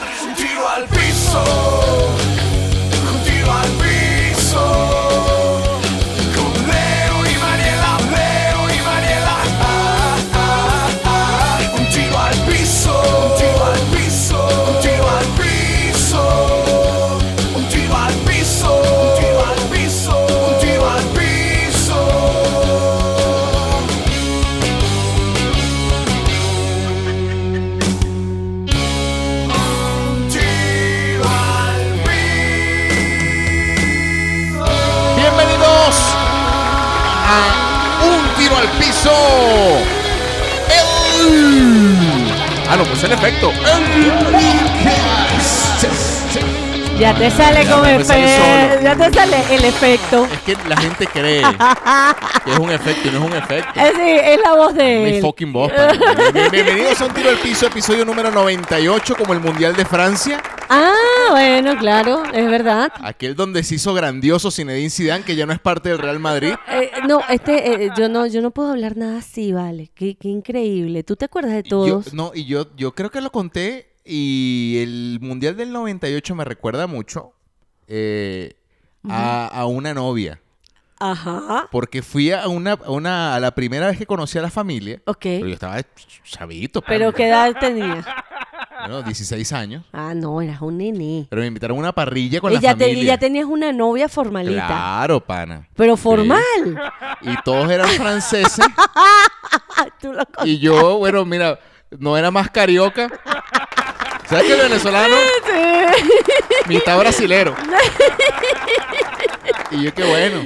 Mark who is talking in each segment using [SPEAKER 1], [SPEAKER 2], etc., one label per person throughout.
[SPEAKER 1] Pues
[SPEAKER 2] tiro al piso. El... Ah, no, pues el efecto. El...
[SPEAKER 3] Ya te sale
[SPEAKER 2] Ya
[SPEAKER 3] con
[SPEAKER 2] me sale
[SPEAKER 3] efecto.
[SPEAKER 2] solo.
[SPEAKER 3] Ya te sale el efecto.
[SPEAKER 4] Es que la gente cree que es un efecto y no es un efecto.
[SPEAKER 3] Es, es la voz de
[SPEAKER 4] Mi
[SPEAKER 3] él.
[SPEAKER 4] fucking voz. padre.
[SPEAKER 2] Bien- Bienvenidos a un tiro al piso, episodio número 98, como el Mundial de Francia.
[SPEAKER 3] Ah, bueno, claro, es verdad.
[SPEAKER 2] Aquel donde se hizo grandioso Zinedine Zidane, que ya no es parte del Real Madrid.
[SPEAKER 3] Eh, no, este, eh, yo no, yo no puedo hablar nada así, vale. Qué, qué increíble. ¿Tú te acuerdas de todos?
[SPEAKER 2] Yo, no, y yo, yo creo que lo conté y el Mundial del 98 me recuerda mucho eh, a, a una novia.
[SPEAKER 3] Ajá.
[SPEAKER 2] Porque fui a una, a una, a la primera vez que conocí a la familia.
[SPEAKER 3] Ok.
[SPEAKER 2] Pero yo estaba chavito.
[SPEAKER 3] Pero
[SPEAKER 2] pana,
[SPEAKER 3] qué edad tenía.
[SPEAKER 2] bueno, 16 años.
[SPEAKER 3] Ah, no, eras un nené.
[SPEAKER 2] Pero me invitaron a una parrilla con
[SPEAKER 3] Y
[SPEAKER 2] la
[SPEAKER 3] ya, te- y
[SPEAKER 2] familia.
[SPEAKER 3] ya tenías una novia formalita.
[SPEAKER 2] Claro, pana.
[SPEAKER 3] Pero
[SPEAKER 2] Sí.
[SPEAKER 3] formal.
[SPEAKER 2] Y todos eran franceses.
[SPEAKER 3] Ah, tú lo con-
[SPEAKER 2] y yo, bueno, mira, no era más carioca. ¿Sabes que el venezolano? Mitad brasilero. Y yo qué bueno.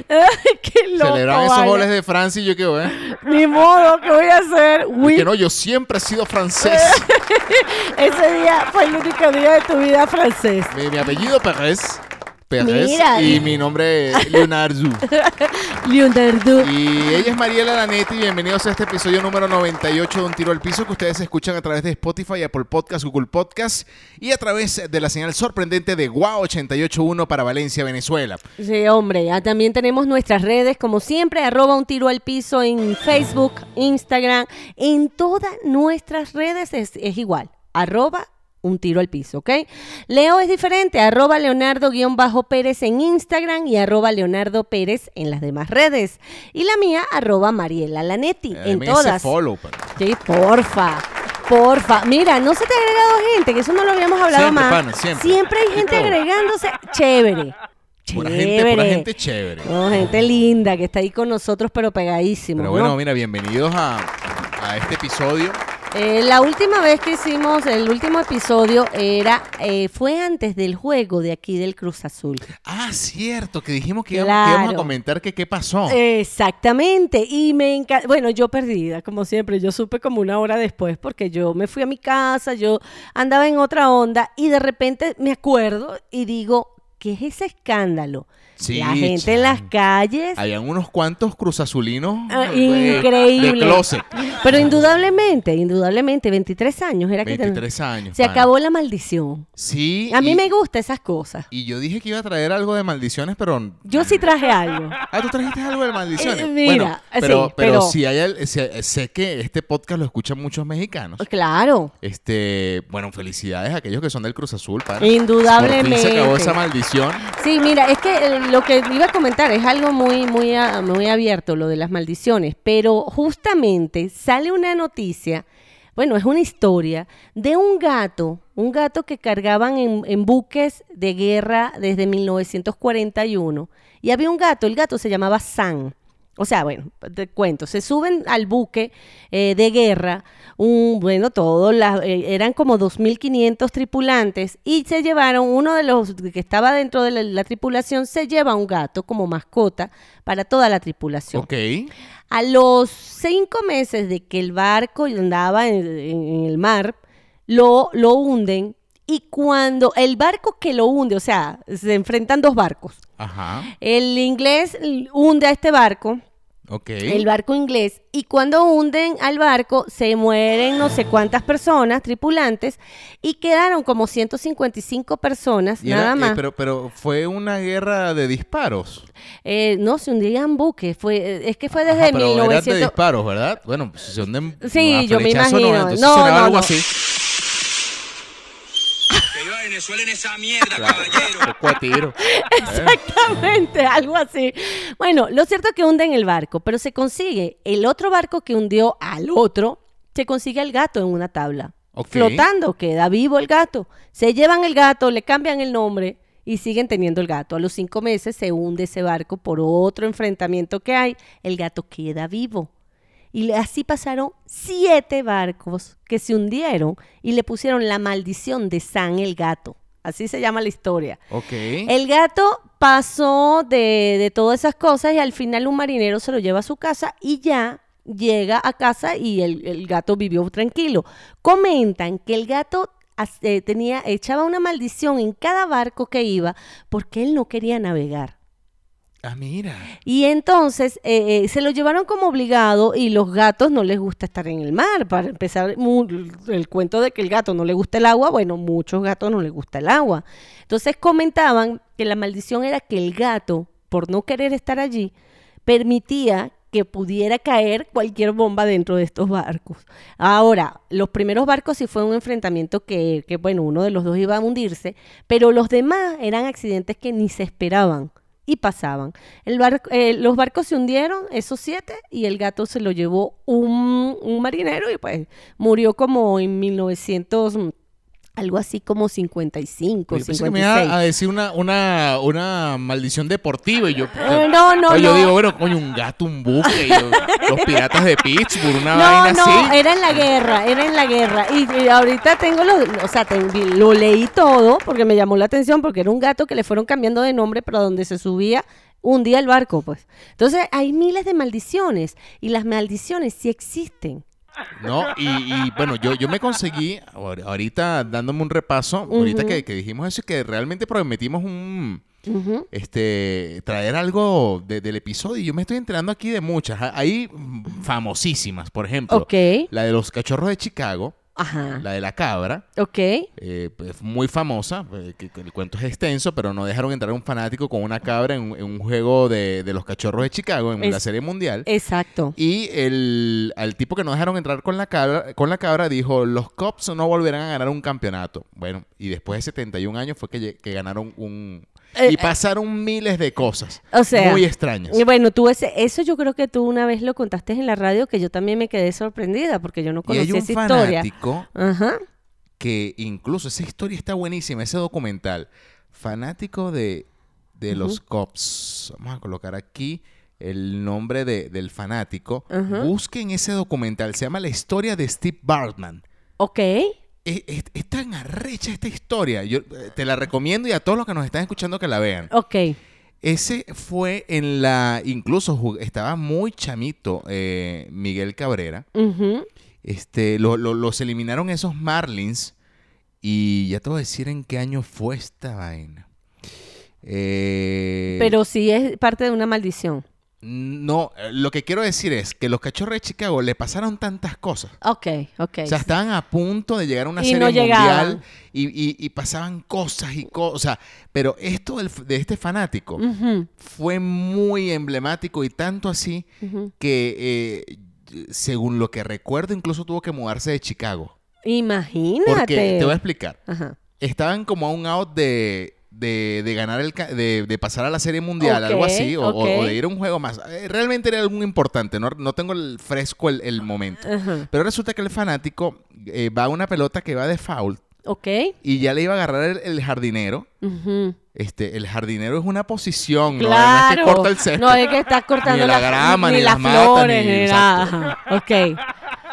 [SPEAKER 3] qué loco.
[SPEAKER 2] Celebraban esos
[SPEAKER 3] vale.
[SPEAKER 2] goles de Francia y yo qué bueno.
[SPEAKER 3] Ni modo, ¿qué voy a hacer?
[SPEAKER 2] Y
[SPEAKER 3] Uy,
[SPEAKER 2] que no, yo siempre he sido francés.
[SPEAKER 3] Ese día fue el único día de tu vida francés.
[SPEAKER 2] mi, mi apellido Pérez. Pérez.
[SPEAKER 3] Mira.
[SPEAKER 2] Y mi nombre es Leonardo.
[SPEAKER 3] Leonardo.
[SPEAKER 2] Y ella es Mariela Lanetti, bienvenidos a este episodio número 98 de Un Tiro al Piso que ustedes escuchan a través de Spotify, Apple Podcast, Google Podcast y a través de la señal sorprendente de Guau 881 para Valencia, Venezuela.
[SPEAKER 3] Sí, hombre, ya también tenemos nuestras redes, como siempre, arroba un tiro al piso en Facebook, Instagram, en todas nuestras redes es, es igual, arroba un tiro al piso, ¿ok? Leo es diferente, arroba leonardo-pérez en Instagram y arroba leonardo pérez en las demás redes. Y la mía, arroba mariela lanetti, en
[SPEAKER 2] Dame Eh, ese
[SPEAKER 3] todas.
[SPEAKER 2] follow, pana.
[SPEAKER 3] Sí, porfa. Porfa, mira, no se te ha agregado gente, que eso no lo habíamos hablado
[SPEAKER 2] Siempre,
[SPEAKER 3] más.
[SPEAKER 2] pana, siempre.
[SPEAKER 3] hay gente
[SPEAKER 2] Tipo-
[SPEAKER 3] agregándose. Chévere. Chévere.
[SPEAKER 2] Pura gente, pura gente chévere.
[SPEAKER 3] No, gente linda que está ahí con nosotros, pero pegadísimo.
[SPEAKER 2] Pero bueno, mira, bienvenidos a, a este episodio.
[SPEAKER 3] Eh, la última vez que hicimos el último episodio era eh, fue antes del juego de aquí del Cruz Azul.
[SPEAKER 2] Ah, cierto, que dijimos que íbamos, que íbamos a
[SPEAKER 3] Claro.
[SPEAKER 2] comentar que qué pasó.
[SPEAKER 3] Exactamente, y me encanta, bueno, yo perdida, como siempre, yo supe como una hora después porque yo me fui a mi casa, yo andaba en otra onda y de repente me acuerdo y digo, ¿qué es ese escándalo?
[SPEAKER 2] Sí,
[SPEAKER 3] La gente en las calles,
[SPEAKER 2] Habían unos cuantos cruzazulinos
[SPEAKER 3] ah,
[SPEAKER 2] eh,
[SPEAKER 3] increíble.
[SPEAKER 2] de closet.
[SPEAKER 3] Pero indudablemente, indudablemente, 23 años era que tenía.
[SPEAKER 2] 23 años.
[SPEAKER 3] se
[SPEAKER 2] pana.
[SPEAKER 3] acabó la maldición.
[SPEAKER 2] Sí.
[SPEAKER 3] A mí
[SPEAKER 2] y-
[SPEAKER 3] me gustan esas cosas.
[SPEAKER 2] Y yo dije que iba a traer algo de maldiciones, pero.
[SPEAKER 3] Yo sí traje algo.
[SPEAKER 2] Ah, tú trajiste algo de maldiciones.
[SPEAKER 3] Eh, mira,
[SPEAKER 2] Bueno,
[SPEAKER 3] eh,
[SPEAKER 2] pero,
[SPEAKER 3] sí,
[SPEAKER 2] pero,
[SPEAKER 3] pero-
[SPEAKER 2] si hay al- si hay- sé que este podcast lo escuchan muchos mexicanos.
[SPEAKER 3] Claro.
[SPEAKER 2] Este, bueno, felicidades a aquellos que son del Cruz Azul, pana. Por
[SPEAKER 3] Indudablemente.
[SPEAKER 2] fin se acabó esa maldición.
[SPEAKER 3] Sí, mira, es que eh, lo que iba a comentar es algo muy, muy, a- muy abierto, lo de las maldiciones, pero justamente sale una noticia, bueno, es una historia de un gato, un gato que cargaban en, en buques de guerra desde 1941, y había un gato, el gato se llamaba San. O sea, bueno, te cuento, se suben al buque eh, de guerra, un, bueno, todos, las- eh, eran como 2.500 tripulantes y se llevaron, uno de los que estaba dentro de la, la tripulación se lleva un gato como mascota para toda la tripulación.
[SPEAKER 2] Ok.
[SPEAKER 3] A los cinco meses de que el barco andaba en, en- en el mar, lo, lo hunden y cuando el barco que lo hunde, o sea, se enfrentan dos barcos.
[SPEAKER 2] Ajá.
[SPEAKER 3] El inglés hunde a este barco,
[SPEAKER 2] Ok.
[SPEAKER 3] el barco inglés, y cuando hunden al barco se mueren no sé cuántas personas, tripulantes, y quedaron como 155 personas,
[SPEAKER 2] Y
[SPEAKER 3] nada
[SPEAKER 2] era- eh,
[SPEAKER 3] más.
[SPEAKER 2] pero, pero fue una guerra de disparos.
[SPEAKER 3] Eh, no, se hundían buques, fue, eh, es que fue desde
[SPEAKER 2] Ajá, pero eran de
[SPEAKER 3] 1900...
[SPEAKER 2] disparos, ¿verdad? Bueno, pues, si son de
[SPEAKER 3] Sí,
[SPEAKER 2] a
[SPEAKER 3] yo me
[SPEAKER 2] flechazo,
[SPEAKER 3] imagino.
[SPEAKER 2] entonces
[SPEAKER 3] No,
[SPEAKER 2] sonaba
[SPEAKER 3] no,
[SPEAKER 2] algo
[SPEAKER 3] no.
[SPEAKER 2] así.
[SPEAKER 1] Que iba a Venezuela en esa mierda, caballero.
[SPEAKER 2] Poco a tiro.
[SPEAKER 3] Exactamente, algo así. Bueno, lo cierto es que hunden el barco, pero se consigue el otro barco que hundió al otro, se consigue el gato en una tabla.
[SPEAKER 2] Ok.
[SPEAKER 3] Flotando, queda vivo el gato. Se llevan el gato, le cambian el nombre y siguen teniendo el gato. A los cinco meses se hunde ese barco por otro enfrentamiento que hay. El gato queda vivo. Y le- así pasaron siete barcos que se hundieron y le pusieron la maldición de San el gato. Así se llama la historia.
[SPEAKER 2] Ok.
[SPEAKER 3] El gato pasó de, de todas esas cosas y al final un marinero se lo lleva a su casa y ya llega a casa y el, el gato vivió tranquilo. Comentan que el gato as- eh, tenía, echaba una maldición en cada barco que iba porque él no quería navegar.
[SPEAKER 2] Ah, mira.
[SPEAKER 3] Y entonces eh, eh, se lo llevaron como obligado y los gatos no les gusta estar en el mar. Para empezar, mu- el cuento de que el gato no le gusta el agua, bueno, muchos gatos no les gusta el agua. Entonces comentaban que la maldición era que el gato, por no querer estar allí, permitía que pudiera caer cualquier bomba dentro de estos barcos. Ahora, los primeros barcos sí fue un enfrentamiento que, que, bueno, uno de los dos iba a hundirse, pero los demás eran accidentes que ni se esperaban y pasaban. El barco, eh, los barcos se hundieron, esos siete, y el gato se lo llevó un, un marinero y pues murió como en 1900, mm, algo así como 55,
[SPEAKER 2] Pues Yo pensé que me iba a
[SPEAKER 3] 56.
[SPEAKER 2] decir una, una, una maldición deportiva y yo...
[SPEAKER 3] Eh, no,
[SPEAKER 2] Oye,
[SPEAKER 3] no,
[SPEAKER 2] Pues yo
[SPEAKER 3] no.
[SPEAKER 2] digo, bueno, coño, un gato, un buque, y yo, los piratas de Pittsburgh, una
[SPEAKER 3] No, eh.
[SPEAKER 2] vaina
[SPEAKER 3] no,
[SPEAKER 2] así.
[SPEAKER 3] era en la guerra, era en la guerra. Y, y ahorita tengo los, o sea, ten- lo leí todo porque me llamó la atención porque era un gato que le fueron cambiando de nombre, pero donde se subía un día el barco, pues. Entonces hay miles de maldiciones y las maldiciones sí existen.
[SPEAKER 2] No, y, y, bueno, yo, yo me conseguí, ahor- ahorita dándome un repaso, ahorita que, que dijimos eso, y que realmente prometimos un...
[SPEAKER 3] Ujú.
[SPEAKER 2] Este, traer algo de- del episodio. y Yo me estoy enterando aquí de muchas. Ah, Hay mm, famosísimas, por ejemplo.
[SPEAKER 3] Ok,
[SPEAKER 2] La de los cachorros de Chicago,
[SPEAKER 3] ajá,
[SPEAKER 2] la de la cabra,
[SPEAKER 3] ok.
[SPEAKER 2] eh, pues, muy famosa, eh, que, que el cuento es extenso, pero no dejaron entrar a un fanático con una cabra en, en un juego de, de los cachorros de Chicago, en
[SPEAKER 3] Es- eh
[SPEAKER 2] la serie mundial.
[SPEAKER 3] Exacto.
[SPEAKER 2] y el, al tipo que no dejaron entrar con la cabra, con la cabra dijo, los Cops no volverán a ganar un campeonato. Bueno, y después de 71 años fue que, lle- que ganaron un...
[SPEAKER 3] Eh,
[SPEAKER 2] y
[SPEAKER 3] eh.
[SPEAKER 2] pasaron miles de cosas
[SPEAKER 3] O sea,
[SPEAKER 2] muy extrañas.
[SPEAKER 3] Y bueno, tú ese, eso yo creo que tú una vez lo contaste en la radio que yo también me quedé sorprendida porque yo no
[SPEAKER 2] Y hay
[SPEAKER 3] conocía
[SPEAKER 2] un
[SPEAKER 3] esa historia.
[SPEAKER 2] fanático
[SPEAKER 3] Ajá.
[SPEAKER 2] que incluso esa historia está buenísima, ese documental. Fanático de, de los cops. Vamos a colocar aquí el nombre de- del fanático.
[SPEAKER 3] Ujú.
[SPEAKER 2] Busquen ese documental. Se llama La historia de Steve Bartman.
[SPEAKER 3] Ok.
[SPEAKER 2] Es, es- es tan arrecha esta historia. Yo eh, te la recomiendo y a todos los que nos están escuchando que la vean.
[SPEAKER 3] Ok.
[SPEAKER 2] Ese fue en la... Incluso ju- estaba muy chamito eh, Miguel Cabrera.
[SPEAKER 3] Ujú.
[SPEAKER 2] Este, lo- lo- los eliminaron esos Marlins. Y ya te voy a decir en qué año fue esta vaina. Eh,
[SPEAKER 3] Pero sí es parte de una maldición.
[SPEAKER 2] No, eh, lo que quiero decir es que los cachorros de Chicago le pasaron tantas cosas.
[SPEAKER 3] Ok, ok.
[SPEAKER 2] O sea, estaban a punto de llegar a una
[SPEAKER 3] Y
[SPEAKER 2] serie
[SPEAKER 3] no llegaban.
[SPEAKER 2] mundial y, y- y pasaban cosas y cosas. Pero esto del f- de este fanático
[SPEAKER 3] Ujú,
[SPEAKER 2] fue muy emblemático y tanto así
[SPEAKER 3] ujú.
[SPEAKER 2] que, eh, según lo que recuerdo, incluso tuvo que mudarse de Chicago.
[SPEAKER 3] Imagínate.
[SPEAKER 2] Porque te voy a explicar.
[SPEAKER 3] Ajá.
[SPEAKER 2] Estaban como a un out de, de- de ganar el ca- de, de pasar a la serie mundial,
[SPEAKER 3] Ok,
[SPEAKER 2] algo así, o, o-
[SPEAKER 3] ok.
[SPEAKER 2] o de ir a un juego más. Eh, Realmente era algo importante, no, no tengo el fresco el, el momento.
[SPEAKER 3] Ajá.
[SPEAKER 2] Pero resulta que el fanático eh, va a una pelota que va de foul
[SPEAKER 3] Ok.
[SPEAKER 2] y ya le iba a agarrar el, el jardinero.
[SPEAKER 3] Ujú.
[SPEAKER 2] Este, el jardinero es una posición, ¿no? Además que
[SPEAKER 3] Claro.
[SPEAKER 2] corta el césped.
[SPEAKER 3] no es que estás cortando
[SPEAKER 2] Ni la
[SPEAKER 3] las-
[SPEAKER 2] grama, ni
[SPEAKER 3] las
[SPEAKER 2] las matas,
[SPEAKER 3] flores,
[SPEAKER 2] ni-
[SPEAKER 3] ni nada. Ajá. Ok.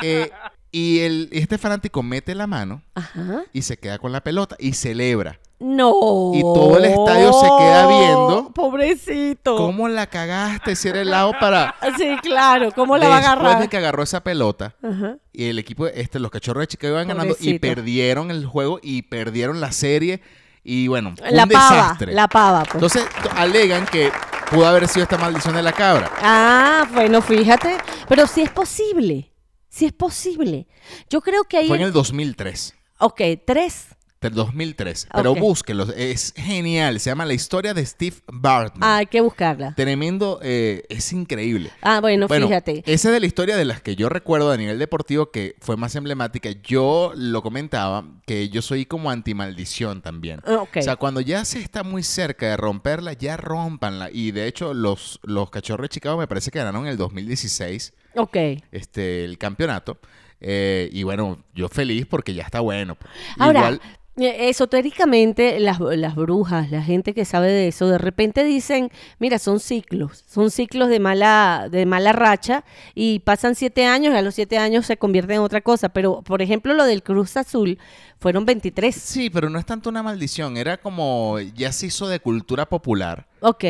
[SPEAKER 2] Eh, y el, este fanático mete la mano
[SPEAKER 3] Ajá.
[SPEAKER 2] y se queda con la pelota y celebra.
[SPEAKER 3] No.
[SPEAKER 2] Y todo el estadio se queda viendo.
[SPEAKER 3] Pobrecito.
[SPEAKER 2] ¿Cómo la cagaste si era el lado para...
[SPEAKER 3] Sí, claro. ¿Cómo la va a
[SPEAKER 2] Después
[SPEAKER 3] agarrar?
[SPEAKER 2] de que agarró esa pelota,
[SPEAKER 3] Ajá.
[SPEAKER 2] y el equipo, este, los cachorros de Chicago iban ganando y
[SPEAKER 3] Pobrecito.
[SPEAKER 2] perdieron el juego y perdieron la serie. Y bueno, fue
[SPEAKER 3] La
[SPEAKER 2] un
[SPEAKER 3] pava.
[SPEAKER 2] desastre.
[SPEAKER 3] La pava, pues.
[SPEAKER 2] Entonces t- alegan que pudo haber sido esta maldición de la cabra.
[SPEAKER 3] Ah, bueno, fíjate. Pero sí es posible. Sí es posible. Yo creo que ahí.
[SPEAKER 2] Fue en el 2003.
[SPEAKER 3] Ok, tres.
[SPEAKER 2] Del 2003. Pero
[SPEAKER 3] Ok.
[SPEAKER 2] búsquenlo. Es genial. Se llama La historia de Steve Bartman.
[SPEAKER 3] Ah, hay que buscarla.
[SPEAKER 2] Tremendo. eh, es increíble.
[SPEAKER 3] Ah, bueno, fíjate.
[SPEAKER 2] Esa es de la historia de las que yo recuerdo a nivel deportivo que fue más emblemática. Yo lo comentaba que yo soy como antimaldición también.
[SPEAKER 3] Ah, ok.
[SPEAKER 2] O sea, cuando ya se está muy cerca de romperla, ya rompanla. Y de hecho, los, los cachorros de Chicago me parece que ganaron en el 2016
[SPEAKER 3] ok.
[SPEAKER 2] este, el campeonato. Eh, y bueno, yo feliz porque ya está bueno. pues.
[SPEAKER 3] Ahora,
[SPEAKER 2] Igual,
[SPEAKER 3] eh, esotéricamente, las, las brujas, la gente que sabe de eso, de repente dicen, mira, son ciclos, son ciclos de mala, de mala racha y pasan siete años y a los siete años se convierte en otra cosa. Pero, por ejemplo, lo del Cruz Azul fueron 23.
[SPEAKER 2] sí, pero no es tanto una maldición. Era como ya se hizo de cultura popular.
[SPEAKER 3] Ok.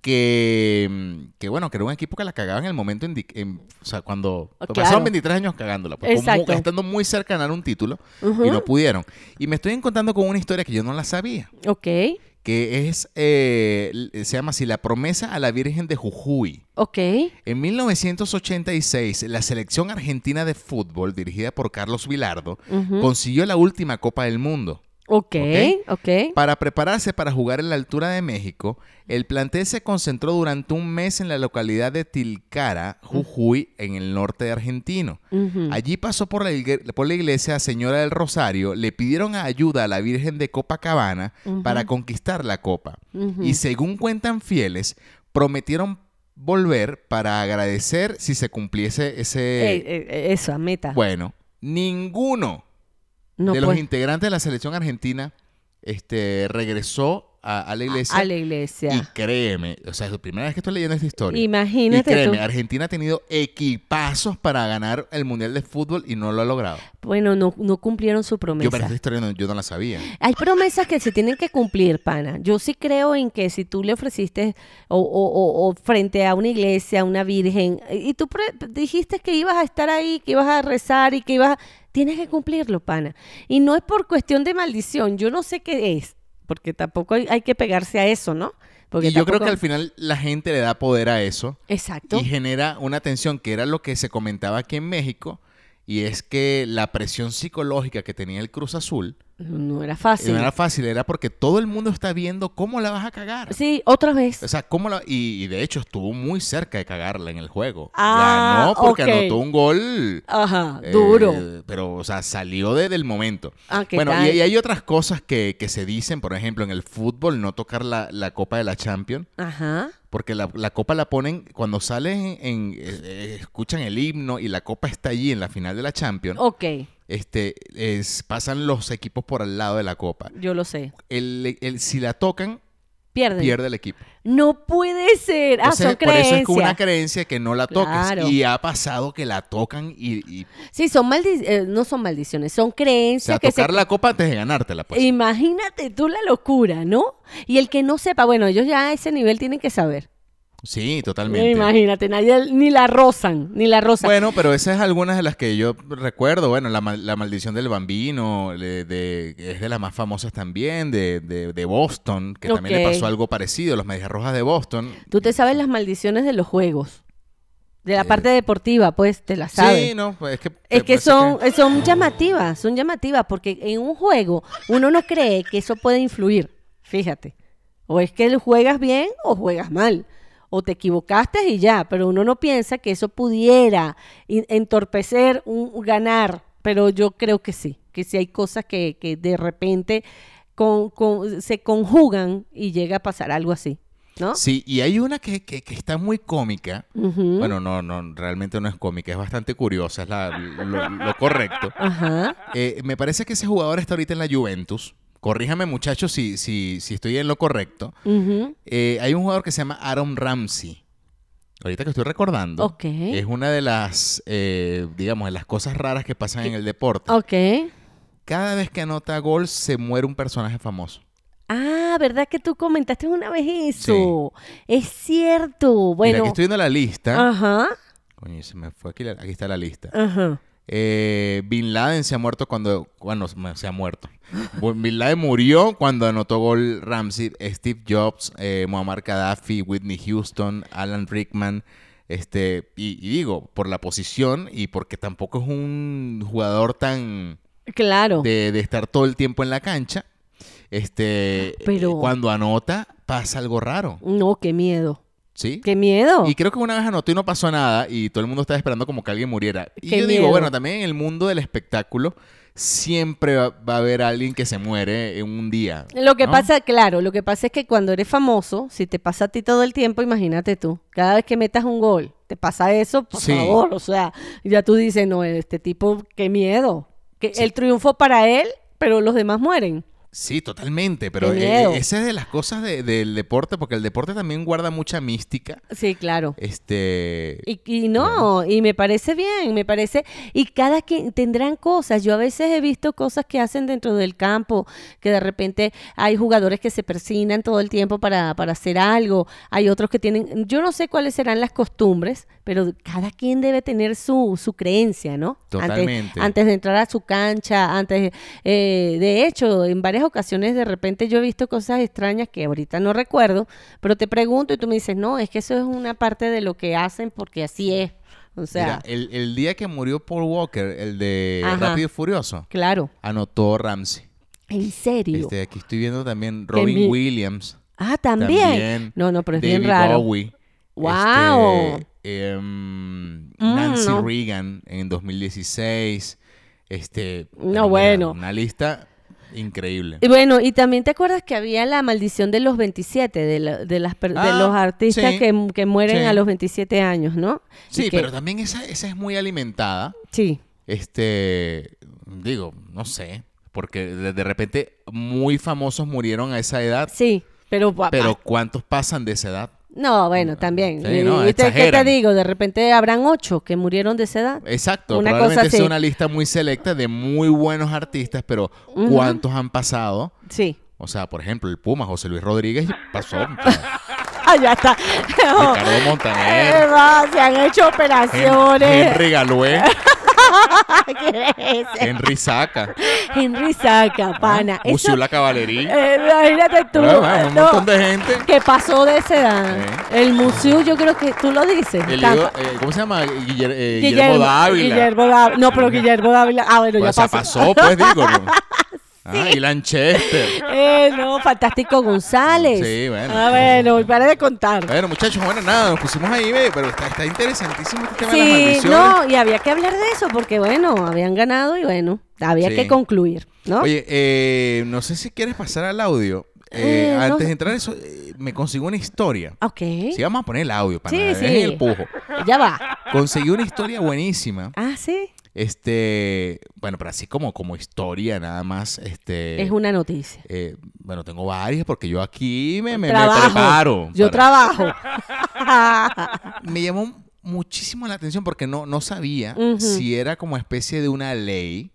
[SPEAKER 2] que, mm, que, bueno, que era un equipo que la cagaba en el momento, indi- en- o sea, cuando
[SPEAKER 3] Oh, Claro.
[SPEAKER 2] pasaron 23 años cagándola, pues, como
[SPEAKER 3] Exacto.
[SPEAKER 2] estando muy cerca de ganar un título y no pudieron. Y me estoy encontrando con una historia que yo no la sabía,
[SPEAKER 3] Ok,
[SPEAKER 2] que es, eh, l- se llama así, La promesa a la Virgen de Jujuy.
[SPEAKER 3] ok.
[SPEAKER 2] En 1986, la selección argentina de fútbol, dirigida por Carlos Vilardo,
[SPEAKER 3] Ujú.
[SPEAKER 2] consiguió la última Copa del Mundo.
[SPEAKER 3] Ok,
[SPEAKER 2] Ok.
[SPEAKER 3] ok.
[SPEAKER 2] Para prepararse para jugar en la altura de México, el plantel se concentró durante un mes en la localidad de Tilcara, Jujuy, en el norte de argentino.
[SPEAKER 3] Ujú.
[SPEAKER 2] Allí pasó por la, igle- por la iglesia Señora del Rosario, le pidieron ayuda a la Virgen de Copacabana para conquistar la copa.
[SPEAKER 3] Ujú.
[SPEAKER 2] Y según cuentan fieles, prometieron volver para agradecer si se cumpliese ese...
[SPEAKER 3] Eh, eh, eh, eso, a meta.
[SPEAKER 2] Bueno, ninguno
[SPEAKER 3] no pues,
[SPEAKER 2] de los
[SPEAKER 3] puede-
[SPEAKER 2] integrantes de la selección argentina este, regresó a, a la iglesia.
[SPEAKER 3] a la iglesia.
[SPEAKER 2] Y créeme, o sea, es la primera vez que estoy leyendo esta historia.
[SPEAKER 3] Imagínate
[SPEAKER 2] Y créeme,
[SPEAKER 3] tú.
[SPEAKER 2] Argentina ha tenido equipazos para ganar el Mundial de Fútbol y no lo ha logrado.
[SPEAKER 3] Bueno, no, no cumplieron su
[SPEAKER 2] ah. Yo para
[SPEAKER 3] promesa.
[SPEAKER 2] esta historia no- yo no la sabía.
[SPEAKER 3] Hay promesas que se tienen que cumplir, pana. Yo sí creo en que si tú le ofreciste o, o- o- o frente a una iglesia, a una virgen, y tú pre- dijiste que ibas a estar ahí, que ibas a rezar y que ibas a... Tienes que cumplirlo, pana. Y no es por cuestión de maldición. Yo no sé qué es, porque tampoco hay, hay que pegarse a eso, ¿no? Porque
[SPEAKER 2] y yo creo
[SPEAKER 3] tampoco-
[SPEAKER 2] que al final la gente le da poder a eso
[SPEAKER 3] Exacto.
[SPEAKER 2] y genera una tensión que era lo que se comentaba aquí en México y es que la presión psicológica que tenía el Cruz Azul
[SPEAKER 3] No era
[SPEAKER 2] no
[SPEAKER 3] fácil.
[SPEAKER 2] era fácil, era porque todo el mundo está viendo cómo la vas a cagar.
[SPEAKER 3] Sí, otra vez.
[SPEAKER 2] O sea, ¿cómo la- Y, y de hecho estuvo muy cerca de cagarla en el juego.
[SPEAKER 3] Ah,
[SPEAKER 2] Ganó porque
[SPEAKER 3] ok.
[SPEAKER 2] anotó un gol.
[SPEAKER 3] Ajá,
[SPEAKER 2] eh,
[SPEAKER 3] duro.
[SPEAKER 2] pero, o sea, salió desde el momento.
[SPEAKER 3] Ah, ¿qué
[SPEAKER 2] bueno,
[SPEAKER 3] tal?
[SPEAKER 2] y, y hay otras cosas que, que se dicen, por ejemplo, en el fútbol, no tocar la, la Copa de la Champions,
[SPEAKER 3] Ajá.
[SPEAKER 2] porque la, la Copa la ponen cuando salen, en, eh, eh, escuchan el himno y la Copa está allí en la final de la Champions,
[SPEAKER 3] Ok,
[SPEAKER 2] este, es- pasan los equipos por al lado de la Copa.
[SPEAKER 3] yo lo sé.
[SPEAKER 2] El- el- si la tocan,
[SPEAKER 3] Pierde.
[SPEAKER 2] pierde el equipo.
[SPEAKER 3] No puede ser.
[SPEAKER 2] Entonces,
[SPEAKER 3] ah, son
[SPEAKER 2] por eso
[SPEAKER 3] creencias.
[SPEAKER 2] es como una creencia que no la toques.
[SPEAKER 3] Claro.
[SPEAKER 2] Y ha pasado que la tocan y, y
[SPEAKER 3] Sí, son maldiciones, no son maldiciones, son
[SPEAKER 2] o sea,
[SPEAKER 3] creencias que se...
[SPEAKER 2] tocar la copa antes de ganártela. Pues.
[SPEAKER 3] Imagínate tú la locura, ¿no? Y el que no sepa, bueno, ellos ya a ese nivel tienen que saber.
[SPEAKER 2] Sí, totalmente.
[SPEAKER 3] Imagínate, nadie, ni la rozan, ni la rozan.
[SPEAKER 2] Bueno, pero esas es algunas de las que yo recuerdo. Bueno, la, mal- la maldición del bambino de, de- es de las más famosas también, de, de- de Boston, que también le
[SPEAKER 3] Ok.
[SPEAKER 2] pasó algo parecido, los medias rojas de Boston.
[SPEAKER 3] Tú te sabes las maldiciones de los juegos, de la
[SPEAKER 2] Eh,
[SPEAKER 3] parte deportiva, pues te las sabes.
[SPEAKER 2] Sí, no, pues, es que...
[SPEAKER 3] Es que
[SPEAKER 2] pues,
[SPEAKER 3] son, eh, son llamativas, son llamativas, porque en un juego uno no cree que eso puede influir, fíjate. O es que juegas bien o juegas mal, o te equivocaste y ya, pero uno no piensa que eso pudiera in- entorpecer un un ganar, pero yo creo que sí, que sí hay cosas que, que de repente con- con- se conjugan y llega a pasar algo así, ¿no?
[SPEAKER 2] Sí, y hay una que, que- que está muy cómica.
[SPEAKER 3] Ujú.
[SPEAKER 2] Bueno, no, no, realmente no es cómica, es bastante curiosa, es la- lo- lo correcto.
[SPEAKER 3] Ajá.
[SPEAKER 2] Eh, me parece que ese jugador está ahorita en la Juventus. Corríjame, muchachos, si, si, si estoy en lo correcto.
[SPEAKER 3] ujú.
[SPEAKER 2] Eh, hay un jugador que se llama Aaron Ramsey. Ahorita que estoy recordando.
[SPEAKER 3] Ok.
[SPEAKER 2] Es una de las, eh, digamos, de las cosas raras que pasan en el deporte.
[SPEAKER 3] Ok.
[SPEAKER 2] Cada vez que anota gol, se muere un personaje famoso.
[SPEAKER 3] Ah, ¿verdad que tú comentaste una vez eso? Es cierto.
[SPEAKER 2] Mira,
[SPEAKER 3] Bueno, ah.
[SPEAKER 2] aquí estoy viendo la lista.
[SPEAKER 3] ajá,
[SPEAKER 2] Coño, se me fue aquí. la- aquí está la lista.
[SPEAKER 3] ajá.
[SPEAKER 2] Eh, Bin Laden se ha muerto cuando. Bueno, se ha muerto. Bu- Bin Laden murió cuando anotó gol Ramsey, Steve Jobs, eh, Muammar Gaddafi, Whitney Houston, Alan Rickman. Este, y, y digo, por la posición y porque tampoco es un jugador tan
[SPEAKER 3] Claro.
[SPEAKER 2] de, de estar todo el tiempo en la cancha. Este,
[SPEAKER 3] Pero-
[SPEAKER 2] eh, cuando anota, pasa algo raro.
[SPEAKER 3] No, qué miedo.
[SPEAKER 2] ¿Sí?
[SPEAKER 3] Qué miedo.
[SPEAKER 2] Y creo que una vez anotó y no pasó nada y todo el mundo estaba esperando como que alguien muriera. Y
[SPEAKER 3] Qué
[SPEAKER 2] yo
[SPEAKER 3] miedo.
[SPEAKER 2] digo, bueno, también en el mundo del espectáculo siempre va, va a haber alguien que se muere en un día.
[SPEAKER 3] Lo que
[SPEAKER 2] ¿no?
[SPEAKER 3] pasa, claro, lo que pasa es que cuando eres famoso, si te pasa a ti todo el tiempo, imagínate tú, cada vez que metas un gol, te pasa eso, por
[SPEAKER 2] Sí.
[SPEAKER 3] favor, o sea, ya tú dices, no, este tipo, qué miedo. Que
[SPEAKER 2] Sí.
[SPEAKER 3] el triunfo para él, pero los demás mueren.
[SPEAKER 2] Sí, totalmente, pero
[SPEAKER 3] De
[SPEAKER 2] eh,
[SPEAKER 3] miedo.
[SPEAKER 2] eh, esa es de las cosas de- del deporte, porque el deporte también guarda mucha mística.
[SPEAKER 3] Sí, claro.
[SPEAKER 2] Este,
[SPEAKER 3] Y, y no, y me parece bien, me parece, y cada quien tendrán cosas. Yo a veces he visto cosas que hacen dentro del campo, que de repente hay jugadores que se persinan todo el tiempo para, para hacer algo, hay otros que tienen, yo no sé cuáles serán las costumbres, pero cada quien debe tener su, su creencia, ¿no? Antes-
[SPEAKER 2] Totalmente.
[SPEAKER 3] antes de entrar a su cancha, antes, eh, de hecho, en varias ocasiones de repente yo he visto cosas extrañas que ahorita no recuerdo, pero te pregunto y tú me dices, no, es que eso es una parte de lo que hacen porque así es. O sea,
[SPEAKER 2] mira, el, el día que murió Paul Walker, el de
[SPEAKER 3] Ajá.
[SPEAKER 2] Rápido y Furioso,
[SPEAKER 3] claro,
[SPEAKER 2] anotó Ramsey.
[SPEAKER 3] en serio.
[SPEAKER 2] Este, aquí estoy viendo también Robin
[SPEAKER 3] mi-
[SPEAKER 2] Williams.
[SPEAKER 3] ah, ¿también? No, no, pero es bien
[SPEAKER 2] David
[SPEAKER 3] raro.
[SPEAKER 2] Bowie,
[SPEAKER 3] Guau.
[SPEAKER 2] este, em,
[SPEAKER 3] Mm,
[SPEAKER 2] Nancy
[SPEAKER 3] no.
[SPEAKER 2] Reagan en 2016. Este,
[SPEAKER 3] No,
[SPEAKER 2] mira,
[SPEAKER 3] bueno.
[SPEAKER 2] Una lista increíble.
[SPEAKER 3] Y Bueno, y también te acuerdas que había la maldición de los 27, de, la- de las, per- de
[SPEAKER 2] Ah,
[SPEAKER 3] los artistas
[SPEAKER 2] sí,
[SPEAKER 3] que, que mueren
[SPEAKER 2] sí.
[SPEAKER 3] a los 27 años, ¿no? Y
[SPEAKER 2] Sí,
[SPEAKER 3] que-
[SPEAKER 2] pero también esa, esa es muy alimentada.
[SPEAKER 3] Sí,
[SPEAKER 2] Este, digo, no sé. Porque de, de repente muy famosos murieron a esa edad.
[SPEAKER 3] sí, pero... pa-
[SPEAKER 2] Pero ¿cuántos pasan de esa edad?
[SPEAKER 3] No, bueno, también.
[SPEAKER 2] Sí,
[SPEAKER 3] Y-
[SPEAKER 2] no,
[SPEAKER 3] y te- ¿Qué te
[SPEAKER 2] exageran.
[SPEAKER 3] digo? De repente habrán ocho que murieron de esa edad.
[SPEAKER 2] Exacto,
[SPEAKER 3] Una cosa
[SPEAKER 2] probablemente sea
[SPEAKER 3] así.
[SPEAKER 2] una lista muy selecta de muy buenos artistas, pero ¿cuántos han pasado?
[SPEAKER 3] Sí.
[SPEAKER 2] O sea, por ejemplo, el Puma, José Luis Rodríguez pasó.
[SPEAKER 3] Ah, ya está.
[SPEAKER 2] Ricardo
[SPEAKER 3] Eh,
[SPEAKER 2] Montaner,
[SPEAKER 3] va, se han hecho
[SPEAKER 2] Hen-
[SPEAKER 3] operaciones.
[SPEAKER 2] Henry Galué,
[SPEAKER 3] ¿Qué es?
[SPEAKER 2] Henry Saca,
[SPEAKER 3] Henry
[SPEAKER 2] Ah,
[SPEAKER 3] Saca, pana. Eso-
[SPEAKER 2] Ursula Cavallerí.
[SPEAKER 3] eh, imagínate tú.
[SPEAKER 2] Ah, bueno, un
[SPEAKER 3] no,
[SPEAKER 2] montón de gente.
[SPEAKER 3] Que pasó de esa edad. El museo, yo creo que tú lo dices.
[SPEAKER 2] El
[SPEAKER 3] Tampa-
[SPEAKER 2] ídolo, eh, ¿Cómo se llama? Guiller- eh, Guillermo, Dávila.
[SPEAKER 3] Guillermo Dávila. No, pero Guillermo Dávila. Ah, bueno,
[SPEAKER 2] Pues, o sea,
[SPEAKER 3] ya
[SPEAKER 2] pasó, pues digo. ¿no? Ah,
[SPEAKER 3] Sí.
[SPEAKER 2] y Lanchester.
[SPEAKER 3] Eh, no, Fantástico González.
[SPEAKER 2] Sí, bueno.
[SPEAKER 3] Ah, bueno, y para de contar.
[SPEAKER 2] Bueno, muchachos, bueno, nada, nos pusimos ahí, ve, pero está, está interesantísimo este tema de las
[SPEAKER 3] Sí,
[SPEAKER 2] maldiciones.
[SPEAKER 3] no, y había que hablar de eso porque, bueno, habían ganado y, bueno, había
[SPEAKER 2] Sí.
[SPEAKER 3] que concluir, ¿no?
[SPEAKER 2] Oye, eh, no sé si quieres pasar al audio. Eh,
[SPEAKER 3] Eh, no
[SPEAKER 2] antes
[SPEAKER 3] sé.
[SPEAKER 2] de entrar eso, eh, me consigo una historia.
[SPEAKER 3] ok,
[SPEAKER 2] Sí, vamos a poner el audio para
[SPEAKER 3] Sí,
[SPEAKER 2] que
[SPEAKER 3] sí.
[SPEAKER 2] el pujo.
[SPEAKER 3] ya va.
[SPEAKER 2] Conseguí una historia buenísima.
[SPEAKER 3] Ah, sí,
[SPEAKER 2] Este, bueno, pero así como, como historia nada más. Este,
[SPEAKER 3] es una noticia.
[SPEAKER 2] eh, bueno, tengo varias porque yo aquí me, me, me
[SPEAKER 3] trabajo.
[SPEAKER 2] preparo.
[SPEAKER 3] Yo
[SPEAKER 2] para-
[SPEAKER 3] trabajo.
[SPEAKER 2] me llamó muchísimo la atención porque no, no sabía
[SPEAKER 3] Ujú.
[SPEAKER 2] si era como especie de una ley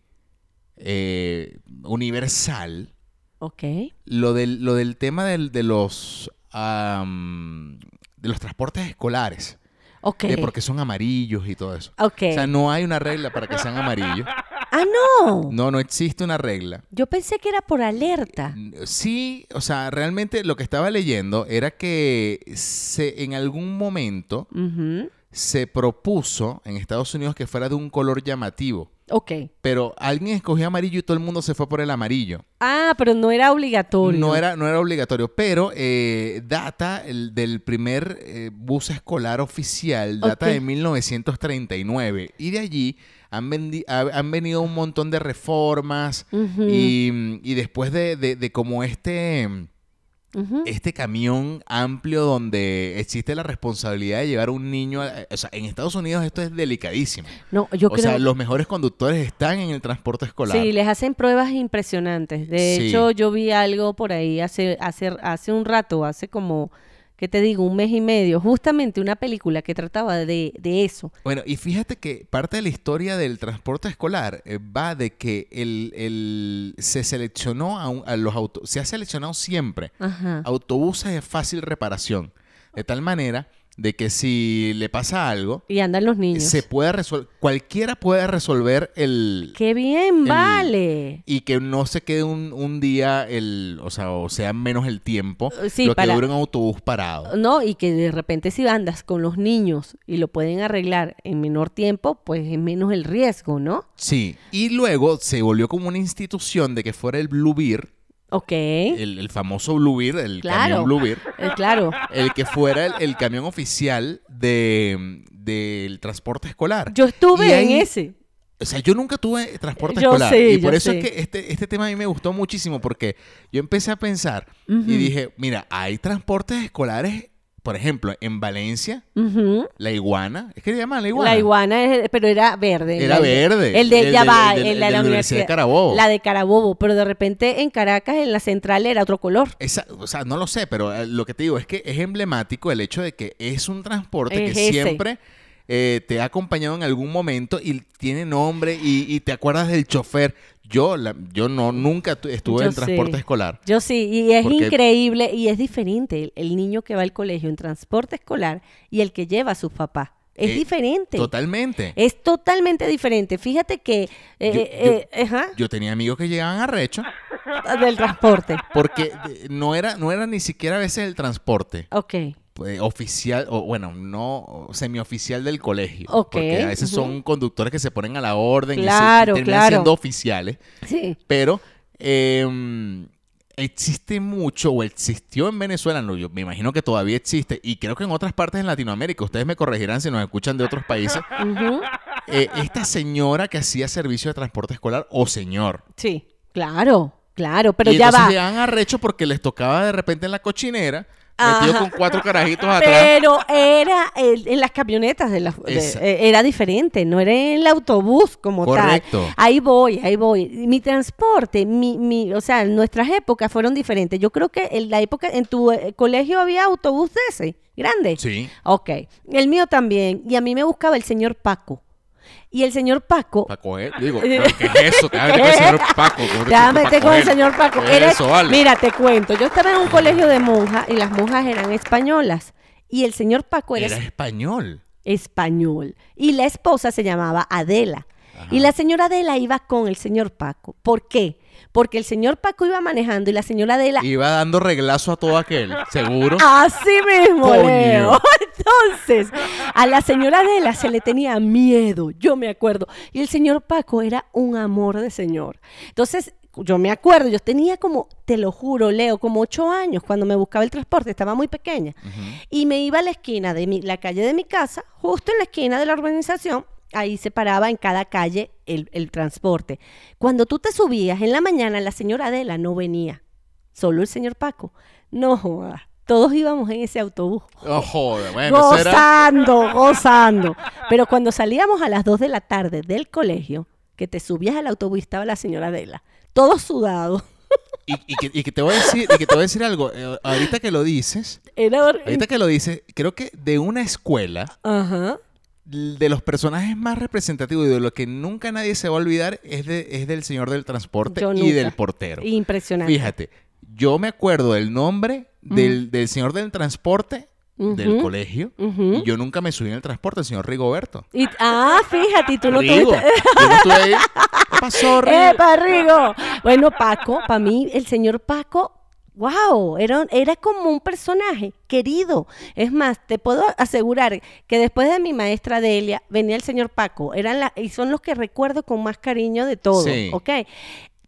[SPEAKER 2] eh, universal.
[SPEAKER 3] ok,
[SPEAKER 2] lo del, lo del tema del- de los am, de los transportes escolares
[SPEAKER 3] ok.
[SPEAKER 2] de porque son amarillos y todo eso
[SPEAKER 3] Ok.
[SPEAKER 2] o sea no hay una regla para que sean amarillos
[SPEAKER 3] ah, no.
[SPEAKER 2] no no existe una regla
[SPEAKER 3] Yo pensé que era por alerta.
[SPEAKER 2] sí o sea realmente lo que estaba leyendo era que se en algún momento
[SPEAKER 3] Ujú,
[SPEAKER 2] se propuso en Estados Unidos que fuera de un color llamativo
[SPEAKER 3] Ok.
[SPEAKER 2] pero alguien escogió amarillo y todo el mundo se fue por el amarillo
[SPEAKER 3] Ah, pero no era obligatorio.
[SPEAKER 2] No era, no era obligatorio, pero eh, data el, del primer eh, bus escolar oficial, data
[SPEAKER 3] Ok.
[SPEAKER 2] de 1939. Y de allí han, vendi- ha- han venido un montón de reformas
[SPEAKER 3] Ujú.
[SPEAKER 2] y, mm, y después de, de- de como este,
[SPEAKER 3] Ujú.
[SPEAKER 2] este camión amplio donde existe la responsabilidad de llevar un niño, a- eh, o sea, en Estados Unidos esto es delicadísimo.
[SPEAKER 3] No, yo
[SPEAKER 2] o
[SPEAKER 3] creo...
[SPEAKER 2] sea, los mejores conductores están en el transporte escolar.
[SPEAKER 3] Sí, les hacen pruebas impresionantes. De
[SPEAKER 2] Sí.
[SPEAKER 3] hecho, yo vi algo por ahí hace, hace, hace un rato, hace como, ¿qué te digo? Un mes y medio, justamente una película que trataba de, de eso.
[SPEAKER 2] Bueno, y fíjate que parte de la historia del transporte escolar eh, va de que el, el- se seleccionó a, un- a los autos, se ha seleccionado siempre
[SPEAKER 3] Ajá.
[SPEAKER 2] autobuses de fácil reparación, de tal manera de que si le pasa algo,
[SPEAKER 3] Y andan los niños.
[SPEAKER 2] se puede resolver, cualquiera puede resolver el...
[SPEAKER 3] ¡Qué
[SPEAKER 2] El-
[SPEAKER 3] bien, vale!
[SPEAKER 2] Y que no se quede un, un día, el, o sea, o sea menos el tiempo,
[SPEAKER 3] Eh, sí,
[SPEAKER 2] lo que
[SPEAKER 3] para- Uh,
[SPEAKER 2] dura un autobús parado.
[SPEAKER 3] No, y que de repente si andas con los niños y lo pueden arreglar en menor tiempo, pues es menos el riesgo, ¿no?
[SPEAKER 2] Sí, y luego se volvió como una institución de que fuera el Blue Beer,
[SPEAKER 3] Ok.
[SPEAKER 2] el, el famoso Blue Beer, el
[SPEAKER 3] Claro.
[SPEAKER 2] camión Blue Beer,
[SPEAKER 3] Eh, claro.
[SPEAKER 2] el que fuera el, el camión oficial de del transporte escolar.
[SPEAKER 3] Yo estuve
[SPEAKER 2] Y
[SPEAKER 3] en
[SPEAKER 2] ahí-
[SPEAKER 3] ese.
[SPEAKER 2] O sea, yo nunca tuve transporte
[SPEAKER 3] Yo
[SPEAKER 2] escolar.
[SPEAKER 3] sé,
[SPEAKER 2] y por
[SPEAKER 3] yo
[SPEAKER 2] eso es
[SPEAKER 3] sé.
[SPEAKER 2] que este, este tema a mí me gustó muchísimo porque yo empecé a pensar y dije, mira, hay transportes escolares por ejemplo, en Valencia,
[SPEAKER 3] Ujú.
[SPEAKER 2] la iguana, es que le llaman la iguana.
[SPEAKER 3] La iguana, es- pero era verde.
[SPEAKER 2] Era
[SPEAKER 3] El-
[SPEAKER 2] verde.
[SPEAKER 3] El de
[SPEAKER 2] El de-
[SPEAKER 3] ya va,
[SPEAKER 2] el de-
[SPEAKER 3] el de la,
[SPEAKER 2] el de la Universidad de
[SPEAKER 3] universidad.
[SPEAKER 2] Carabobo.
[SPEAKER 3] La de Carabobo, pero de repente en Caracas, en la central, era otro color.
[SPEAKER 2] Esa- o sea, no lo sé, pero eh, lo que te digo es que es emblemático el hecho de que es un transporte
[SPEAKER 3] Es
[SPEAKER 2] que
[SPEAKER 3] ese.
[SPEAKER 2] siempre eh, te ha acompañado en algún momento y tiene nombre y, y te acuerdas del chofer. Yo, la- yo no, nunca tu- estuve
[SPEAKER 3] Yo
[SPEAKER 2] en transporte
[SPEAKER 3] sí.
[SPEAKER 2] escolar.
[SPEAKER 3] Yo sí, y es
[SPEAKER 2] Porque-
[SPEAKER 3] increíble y es diferente el, el niño que va al colegio en transporte escolar y el que lleva a sus papás. Es
[SPEAKER 2] Eh,
[SPEAKER 3] diferente.
[SPEAKER 2] Totalmente.
[SPEAKER 3] Es totalmente diferente. Fíjate que... eh,
[SPEAKER 2] Yo-
[SPEAKER 3] eh, eh, ajá,
[SPEAKER 2] Yo tenía amigos que llegaban a recho
[SPEAKER 3] del transporte.
[SPEAKER 2] porque eh, no era, no era ni siquiera a veces el transporte.
[SPEAKER 3] Ok.
[SPEAKER 2] eh, oficial, o bueno, no semioficial del colegio.
[SPEAKER 3] Ok,
[SPEAKER 2] Porque a veces son conductores que se ponen a la orden
[SPEAKER 3] Claro,
[SPEAKER 2] y se, terminan
[SPEAKER 3] claro.
[SPEAKER 2] siendo oficiales.
[SPEAKER 3] Sí.
[SPEAKER 2] Pero eh, existe mucho, o existió en Venezuela, no, yo me imagino que todavía existe, y creo que en otras partes de Latinoamérica, ustedes me corregirán si nos escuchan de otros países,
[SPEAKER 3] Ujú.
[SPEAKER 2] eh, esta señora que hacía servicio de transporte escolar o señor.
[SPEAKER 3] Sí. Claro, claro, pero
[SPEAKER 2] y
[SPEAKER 3] ya
[SPEAKER 2] entonces
[SPEAKER 3] va.
[SPEAKER 2] llegaban arrecho porque les tocaba de repente en la cochinera, metido
[SPEAKER 3] Ajá.
[SPEAKER 2] con cuatro carajitos atrás.
[SPEAKER 3] Pero era el- en las camionetas, de las- de-
[SPEAKER 2] Esa-
[SPEAKER 3] eh, era diferente, no era en el autobús como
[SPEAKER 2] Correcto.
[SPEAKER 3] tal. Ahí voy, ahí voy. Mi transporte, mi, mi, o sea, nuestras épocas fueron diferentes. Yo creo que en la época, en tu eh, colegio había autobús de ese, grande.
[SPEAKER 2] Sí.
[SPEAKER 3] Ok, el mío también. Y a mí me buscaba el señor Paco. Y el señor Paco...
[SPEAKER 4] Para coger. Digo, ¿pero ¿qué es eso? Te vas a meter con el señor Paco. ¿cómo te- pa'
[SPEAKER 3] Ya metí con el
[SPEAKER 4] coger?
[SPEAKER 3] señor Paco.
[SPEAKER 4] ¿Qué es
[SPEAKER 3] Era-
[SPEAKER 4] eso, vale?
[SPEAKER 3] Mira, te cuento. Yo estaba en un colegio de monjas y las monjas eran españolas. Y el señor Paco era,
[SPEAKER 2] Era español.
[SPEAKER 3] español. Y la esposa se llamaba Adela. Y la señora Adela iba con el señor Paco. ¿Por qué? Porque el señor Paco iba manejando y la Ah. señora Adela.
[SPEAKER 2] Iba dando reglazo a todo aquel, seguro.
[SPEAKER 3] Así mismo,
[SPEAKER 2] Coño.
[SPEAKER 3] Leo. Entonces, a la señora Adela se le tenía miedo, yo me acuerdo. Y el señor Paco era un amor de señor. Entonces, yo me acuerdo, yo tenía como, te lo juro, Leo, como ocho años cuando me buscaba el transporte, estaba muy pequeña. Y me iba a la esquina de mi- la calle de mi casa, justo en la esquina de la urbanización, ahí se paraba en cada calle el, el transporte. Cuando tú te subías en la mañana, la señora Adela no venía, solo el señor Paco. No jodas, todos íbamos en ese autobús.
[SPEAKER 2] Oh, joder, bueno, eso era-
[SPEAKER 3] gozando, gozando. Pero cuando salíamos a las 2 de la tarde del colegio, que te subías al autobús, estaba la señora Adela, todo sudado.
[SPEAKER 2] Y, y que, y que te voy a decir, y que te voy a decir algo. eh, ahorita que lo dices,
[SPEAKER 3] Era hor-
[SPEAKER 2] ahorita que lo dices, creo que de una escuela,
[SPEAKER 3] Ajá.
[SPEAKER 2] l- de los personajes más representativos y de lo que nunca nadie se va a olvidar es, de, es del señor del transporte
[SPEAKER 3] Yo
[SPEAKER 2] y
[SPEAKER 3] nunca.
[SPEAKER 2] del portero.
[SPEAKER 3] Impresionante.
[SPEAKER 2] Fíjate, yo me acuerdo del nombre del, del señor del transporte del
[SPEAKER 3] Ujú.
[SPEAKER 2] colegio
[SPEAKER 3] Ujú.
[SPEAKER 2] y yo nunca me subí en el transporte, el señor Rigoberto.
[SPEAKER 3] Y- ah, fíjate, y tú no
[SPEAKER 2] Rigo,
[SPEAKER 3] tuviste.
[SPEAKER 2] yo no estuve ahí. ¿Qué pasó, Rigo?
[SPEAKER 3] ¡Epa, Rigo! ¡Eh, Bueno, Paco, para mí, el señor Paco, wow, era, era como un personaje querido. Es más, te puedo asegurar que después de mi maestra Delia, venía el señor Paco. Eran la- y son los que recuerdo con más cariño de todos,
[SPEAKER 2] Sí.
[SPEAKER 3] ¿ok?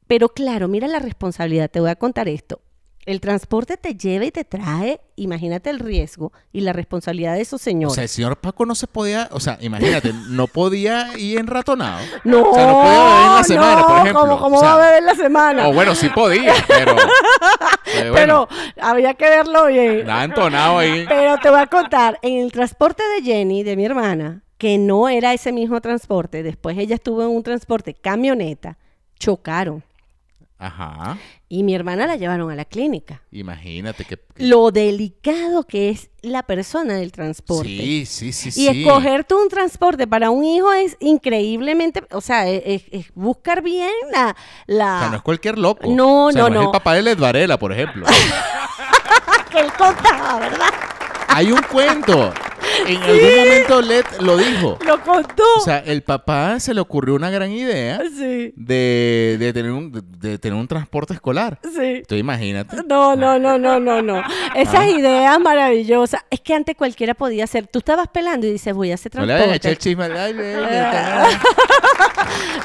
[SPEAKER 3] Pero claro, mira la responsabilidad, te voy a contar esto. El transporte te lleva y te trae, imagínate el riesgo y la responsabilidad de esos
[SPEAKER 2] O
[SPEAKER 3] señores.
[SPEAKER 2] sea, el señor Paco no se podía, o sea, imagínate, no podía ir enratonado.
[SPEAKER 3] no,
[SPEAKER 2] o sea, no podía beber en la semana, por
[SPEAKER 3] no,
[SPEAKER 2] ejemplo.
[SPEAKER 3] ¿Cómo, cómo
[SPEAKER 2] O sea,
[SPEAKER 3] va a beber la semana?
[SPEAKER 4] O bueno, sí podía, pero. eh, bueno,
[SPEAKER 3] Pero había que verlo bien.
[SPEAKER 4] Nada entonado ahí.
[SPEAKER 3] Pero te voy a contar, en el transporte de Jenny, de mi hermana, que no era ese mismo transporte, después ella estuvo en un transporte camioneta, chocaron
[SPEAKER 2] Ajá.
[SPEAKER 3] y mi hermana la llevaron a la clínica.
[SPEAKER 2] Imagínate que. que-
[SPEAKER 3] Lo delicado que es la persona del transporte.
[SPEAKER 2] sí, sí, sí, sí.
[SPEAKER 3] Y escoger tú un transporte para un hijo es increíblemente, o sea, es, es- es buscar bien la... la
[SPEAKER 2] O sea, no es cualquier loco.
[SPEAKER 3] No,
[SPEAKER 2] O sea,
[SPEAKER 3] no,
[SPEAKER 2] es
[SPEAKER 3] no.
[SPEAKER 2] el papá de Led Varela, por ejemplo.
[SPEAKER 3] que él contaba, ¿verdad?
[SPEAKER 2] Hay un cuento. En algún momento Led lo dijo.
[SPEAKER 3] Lo contó.
[SPEAKER 2] O sea, el papá se le ocurrió una gran idea
[SPEAKER 3] sí,
[SPEAKER 2] de, de tener, un, de, de tener un transporte escolar.
[SPEAKER 3] sí.
[SPEAKER 2] Tú imagínate.
[SPEAKER 3] No, no, no, no, no, no. Esas
[SPEAKER 2] Ah.
[SPEAKER 3] ideas maravillosas. Es que antes cualquiera podía hacer. Tú estabas pelando y dices, voy a hacer
[SPEAKER 2] No le vayas a
[SPEAKER 3] transporte.
[SPEAKER 2] echar
[SPEAKER 3] Ah,
[SPEAKER 2] el chisme. Ay, Led, Led, Led.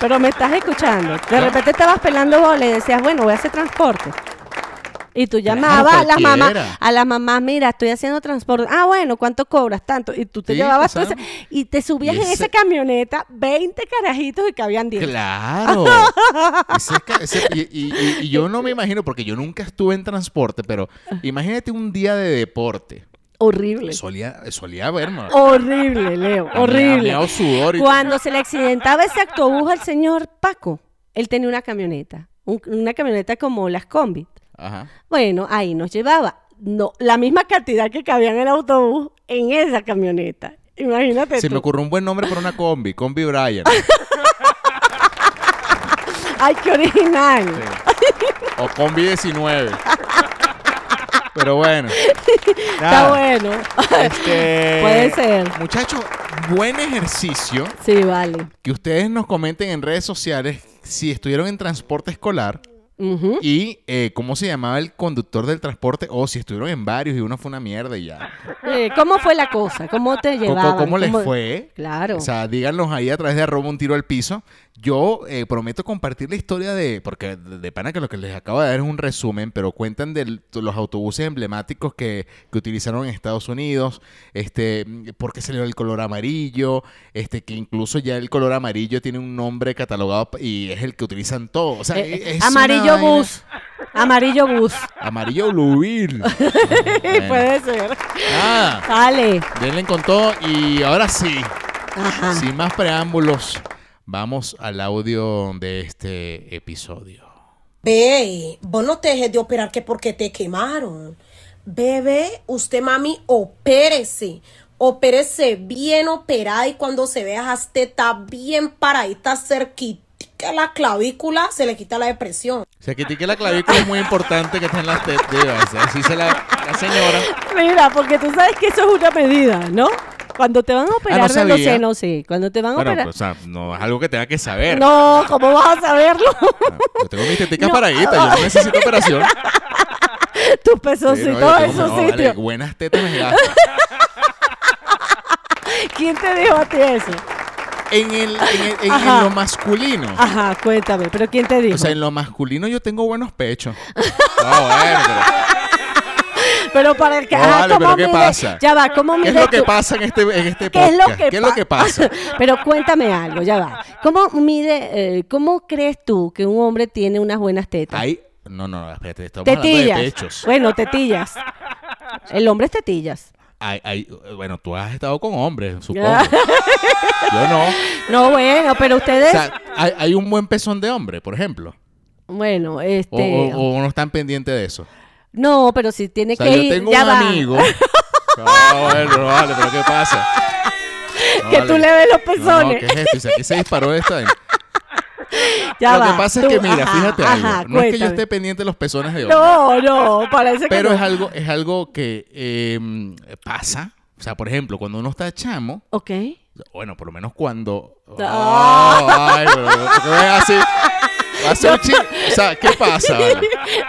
[SPEAKER 3] pero me estás escuchando. De repente estabas pelando bola y decías, bueno, voy a hacer transporte. Y tú llamabas a las mamás,
[SPEAKER 2] cualquiera.
[SPEAKER 3] a las mamás, mira, estoy haciendo transporte. Ah, bueno, ¿cuánto cobras? Tanto. Y tú te
[SPEAKER 2] Sí,
[SPEAKER 3] llevabas tú
[SPEAKER 2] pasaba.
[SPEAKER 3] ese- y te subías
[SPEAKER 2] Y
[SPEAKER 3] en esa
[SPEAKER 2] ese-
[SPEAKER 3] camioneta 20 carajitos y cabían 10.
[SPEAKER 2] Claro. Ese es ca- ese- y, y- y- y
[SPEAKER 3] Ah.
[SPEAKER 2] yo no me imagino, porque yo nunca estuve en transporte, pero imagínate un día de deporte.
[SPEAKER 3] horrible.
[SPEAKER 2] Solía, solía haber, mano.
[SPEAKER 3] Oh. Horrible, Leo, horrible.
[SPEAKER 4] meado sudor y-
[SPEAKER 3] Cuando se le accidentaba ese autobús al señor Paco, él tenía una camioneta, un- una camioneta como las combi.
[SPEAKER 4] Ajá.
[SPEAKER 3] Bueno, ahí nos llevaba. No, la misma cantidad que cabía en el autobús en esa camioneta. Imagínate.
[SPEAKER 2] Se
[SPEAKER 3] tú.
[SPEAKER 2] me ocurrió un buen nombre para una combi, combi Brian.
[SPEAKER 3] Ay, qué original.
[SPEAKER 2] o combi 19. Pero bueno.
[SPEAKER 3] Está
[SPEAKER 2] nada.
[SPEAKER 3] bueno.
[SPEAKER 2] Este,
[SPEAKER 3] Puede ser.
[SPEAKER 2] Muchachos, buen ejercicio.
[SPEAKER 3] Sí, vale.
[SPEAKER 2] Que ustedes nos comenten en redes sociales si estuvieron en transporte escolar
[SPEAKER 3] Ujú.
[SPEAKER 2] y eh, cómo se llamaba el conductor del transporte o si estuvieron en varios y uno fue una mierda y ya.
[SPEAKER 3] Eh, ¿Cómo fue la cosa? ¿Cómo te
[SPEAKER 2] Co- co-
[SPEAKER 3] llevaban?
[SPEAKER 2] ¿Cómo les fue?
[SPEAKER 3] Claro.
[SPEAKER 2] O sea, díganos ahí a través de arroba un tiro al piso. Yo eh, prometo compartir la historia de, porque de de pana que lo que les acabo de dar es un resumen, pero cuentan de l- los autobuses emblemáticos que, que utilizaron en Estados Unidos, este, porque salió el color amarillo, este, que incluso ya el color amarillo tiene un nombre catalogado p- y es el que utilizan todos. O sea,
[SPEAKER 3] Eh, eh,
[SPEAKER 2] es una
[SPEAKER 3] amarillo
[SPEAKER 2] vaina-
[SPEAKER 3] bus. Amarillo bus.
[SPEAKER 2] Amarillo Blueville. Bueno, Ah.
[SPEAKER 3] Puede ser.
[SPEAKER 2] nada,
[SPEAKER 3] Sale.
[SPEAKER 2] denle con todo y ahora sí.
[SPEAKER 3] Ajá.
[SPEAKER 2] Sin más preámbulos, vamos al audio de este episodio.
[SPEAKER 5] Ve, vos no te dejes de operar que porque te quemaron. Bebé, usted mami, opérese. Opérese bien operada y cuando se vea las tetas bien paraditas cerquitica la clavícula, se le quita la depresión.
[SPEAKER 4] Se quitique la clavícula es muy importante que estén las tetas. digo, o sea, Así se la, la señora.
[SPEAKER 3] Mira, porque tú sabes que eso es una medida, ¿no? Cuando te van a operar de los
[SPEAKER 2] Ah, sabía.
[SPEAKER 3] senos, sí. Cuando te van a
[SPEAKER 4] Bueno,
[SPEAKER 3] operar.
[SPEAKER 4] pues, o sea, no es algo que tenga que saber.
[SPEAKER 3] No, ¿cómo vas a saberlo?
[SPEAKER 4] Yo tengo mis teticas
[SPEAKER 3] No.
[SPEAKER 4] paraditas, yo no necesito operación.
[SPEAKER 3] Tus pesos
[SPEAKER 2] Sí, no,
[SPEAKER 3] y
[SPEAKER 2] yo
[SPEAKER 3] todo
[SPEAKER 2] tengo-
[SPEAKER 3] eso
[SPEAKER 2] no,
[SPEAKER 3] sí,
[SPEAKER 2] vale,
[SPEAKER 3] tío.
[SPEAKER 2] buenas tetas me gastan.
[SPEAKER 3] ¿Quién te dijo a ti eso?
[SPEAKER 2] En, el- en el- en- en
[SPEAKER 3] Ajá.
[SPEAKER 2] lo masculino.
[SPEAKER 3] Ajá, cuéntame, pero ¿quién te dijo?
[SPEAKER 2] O sea, en lo masculino yo tengo buenos pechos. Ah,
[SPEAKER 4] No, bueno, pero-
[SPEAKER 3] pero para el que.
[SPEAKER 2] No,
[SPEAKER 3] ajá,
[SPEAKER 2] vale,
[SPEAKER 3] ¿cómo
[SPEAKER 2] pero ¿qué
[SPEAKER 3] mide?
[SPEAKER 2] pasa?
[SPEAKER 3] Ya va, ¿cómo
[SPEAKER 2] ¿Qué
[SPEAKER 3] mide
[SPEAKER 2] es lo que
[SPEAKER 3] tú?
[SPEAKER 2] pasa en este, en este
[SPEAKER 3] ¿Qué es lo
[SPEAKER 2] podcast?
[SPEAKER 3] que,
[SPEAKER 2] ¿Qué es lo
[SPEAKER 3] pa-
[SPEAKER 2] que pasa?
[SPEAKER 3] Pero cuéntame algo, ya va. ¿Cómo mide, eh, cómo crees tú que un hombre tiene unas buenas tetas?
[SPEAKER 2] Ahí, no, no, espérate, estamos hablando
[SPEAKER 3] tetillas.
[SPEAKER 2] de pechos.
[SPEAKER 3] Bueno, tetillas. El hombre es tetillas.
[SPEAKER 2] Ahí- ahí- bueno, tú has estado con hombres, supongo. Yo no. O
[SPEAKER 3] No, bueno, pero ustedes,
[SPEAKER 2] sea, hay, hay un buen pezón de hombre, por ejemplo.
[SPEAKER 3] bueno,
[SPEAKER 2] O,
[SPEAKER 3] este,
[SPEAKER 2] o- o no están pendientes de eso.
[SPEAKER 3] no, pero si tiene
[SPEAKER 2] O sea,
[SPEAKER 3] que
[SPEAKER 2] yo
[SPEAKER 3] ir,
[SPEAKER 2] tengo
[SPEAKER 3] ya
[SPEAKER 2] un
[SPEAKER 3] va.
[SPEAKER 2] amigo. No, bueno, no vale, pero ¿qué pasa? No
[SPEAKER 3] que
[SPEAKER 2] vale.
[SPEAKER 3] tú le ves los
[SPEAKER 2] No, no,
[SPEAKER 3] pezones,
[SPEAKER 2] ¿qué es esto? Y si aquí se disparó esta. vaina.
[SPEAKER 3] ya
[SPEAKER 2] Lo
[SPEAKER 3] va.
[SPEAKER 2] que pasa
[SPEAKER 3] Tú-
[SPEAKER 2] es que, mira,
[SPEAKER 3] ajá,
[SPEAKER 2] fíjate algo.
[SPEAKER 3] ajá,
[SPEAKER 2] no es que yo
[SPEAKER 3] cuéntame.
[SPEAKER 2] esté pendiente de los pezones de hombre.
[SPEAKER 3] No, no, parece que
[SPEAKER 2] pero
[SPEAKER 3] no.
[SPEAKER 2] es algo, es algo que eh, pasa. O sea, por ejemplo, cuando uno está chamo,
[SPEAKER 3] Ok.
[SPEAKER 2] bueno, por lo menos cuando.
[SPEAKER 3] Ah.
[SPEAKER 2] Oh, ay, pero ¿por qué me ves así? Va a ser un chi- O sea, ¿qué pasa? vale?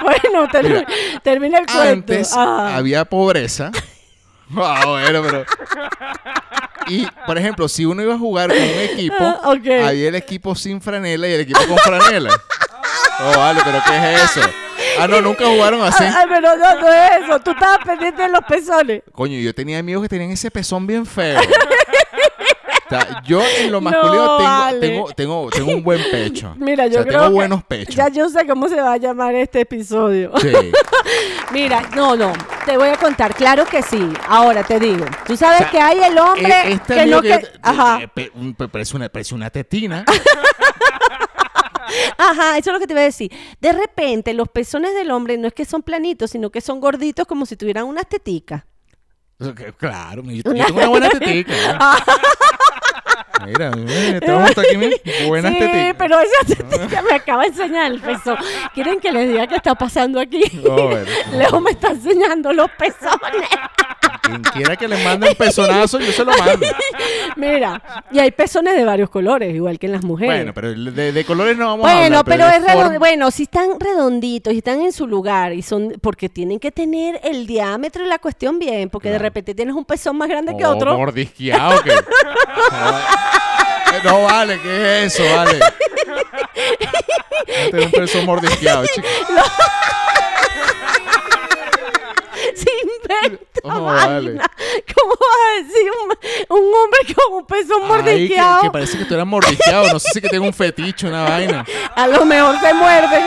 [SPEAKER 3] bueno, ter-
[SPEAKER 2] Mira,
[SPEAKER 3] termina el cuento. Ah.
[SPEAKER 2] Antes
[SPEAKER 3] Ajá.
[SPEAKER 2] había pobreza. Ah, bueno, pero. Y, por ejemplo, si uno iba a jugar con un equipo,
[SPEAKER 3] Ah, ok.
[SPEAKER 2] había el equipo sin franela y el equipo con franela. Oh, vale, pero ¿qué es eso? Ah, no, nunca jugaron así.
[SPEAKER 3] Ay, ay, pero no, no es eso. Tú estabas pendiente de los pezones.
[SPEAKER 2] Coño, yo tenía amigos que tenían ese pezón bien feo. O sea, yo en lo masculino
[SPEAKER 3] No,
[SPEAKER 2] tengo,
[SPEAKER 3] vale.
[SPEAKER 2] tengo, tengo, tengo un buen pecho.
[SPEAKER 3] Mira,
[SPEAKER 2] O
[SPEAKER 3] yo
[SPEAKER 2] sea,
[SPEAKER 3] creo
[SPEAKER 2] tengo
[SPEAKER 3] que
[SPEAKER 2] buenos pechos.
[SPEAKER 3] Ya yo sé cómo se va a llamar este episodio.
[SPEAKER 2] Sí.
[SPEAKER 3] Mira, no, no. Te voy a contar. Claro que sí. Ahora te digo. Tú sabes
[SPEAKER 2] O sea,
[SPEAKER 3] que hay el
[SPEAKER 2] Eh,
[SPEAKER 3] hombre
[SPEAKER 2] este
[SPEAKER 3] que
[SPEAKER 2] amigo
[SPEAKER 3] no
[SPEAKER 2] que
[SPEAKER 3] que.
[SPEAKER 2] yo te-
[SPEAKER 3] Ajá.
[SPEAKER 2] eh, pe- un- pe- parece una, parece una tetina.
[SPEAKER 3] Ajá, eso es lo que te iba a decir. De repente, los pezones del hombre no es que son planitos, sino que son gorditos como si tuvieran unas teticas.
[SPEAKER 2] Ok, Claro, yo, yo tengo una buena tetica. ¿eh?
[SPEAKER 3] Ah.
[SPEAKER 2] Mira, mira, estamos hasta aquí, mira, buenas
[SPEAKER 3] sí,
[SPEAKER 2] teticas. Ah.
[SPEAKER 3] pero esa tetica me acaba de enseñar el pezón. ¿Quieren que les diga qué está pasando aquí?
[SPEAKER 2] No, bueno.
[SPEAKER 3] Leo me está enseñando los pezones.
[SPEAKER 2] Ah, Quien quiera que le mande un pezonazo, yo se lo mando.
[SPEAKER 3] Mira, y hay pezones de varios colores, igual que en las mujeres.
[SPEAKER 2] Bueno, pero de, de colores no vamos a
[SPEAKER 3] Bueno,
[SPEAKER 2] hablar.
[SPEAKER 3] pero,
[SPEAKER 2] de
[SPEAKER 3] es redondo.
[SPEAKER 2] forma-
[SPEAKER 3] Bueno, si están redonditos y están en su lugar y son porque tienen que tener el diámetro y la cuestión bien, porque de repente tienes un pezón más grande que
[SPEAKER 2] Oh,
[SPEAKER 3] ¿Este otro.
[SPEAKER 2] mordisqueado, que... Ah, no vale, ¿qué es eso? Vale. No tengo un pezón mordisqueado, chico.
[SPEAKER 3] Se inventa
[SPEAKER 2] Oh,
[SPEAKER 3] vaina.
[SPEAKER 2] vale.
[SPEAKER 3] ¿Cómo vas a decir un, un hombre con un peso
[SPEAKER 2] Ay, que,
[SPEAKER 3] mordisqueado?
[SPEAKER 2] que parece que tú eras mordisqueado. No sé si que tengo un fetiche, una vaina.
[SPEAKER 3] A lo mejor se muerden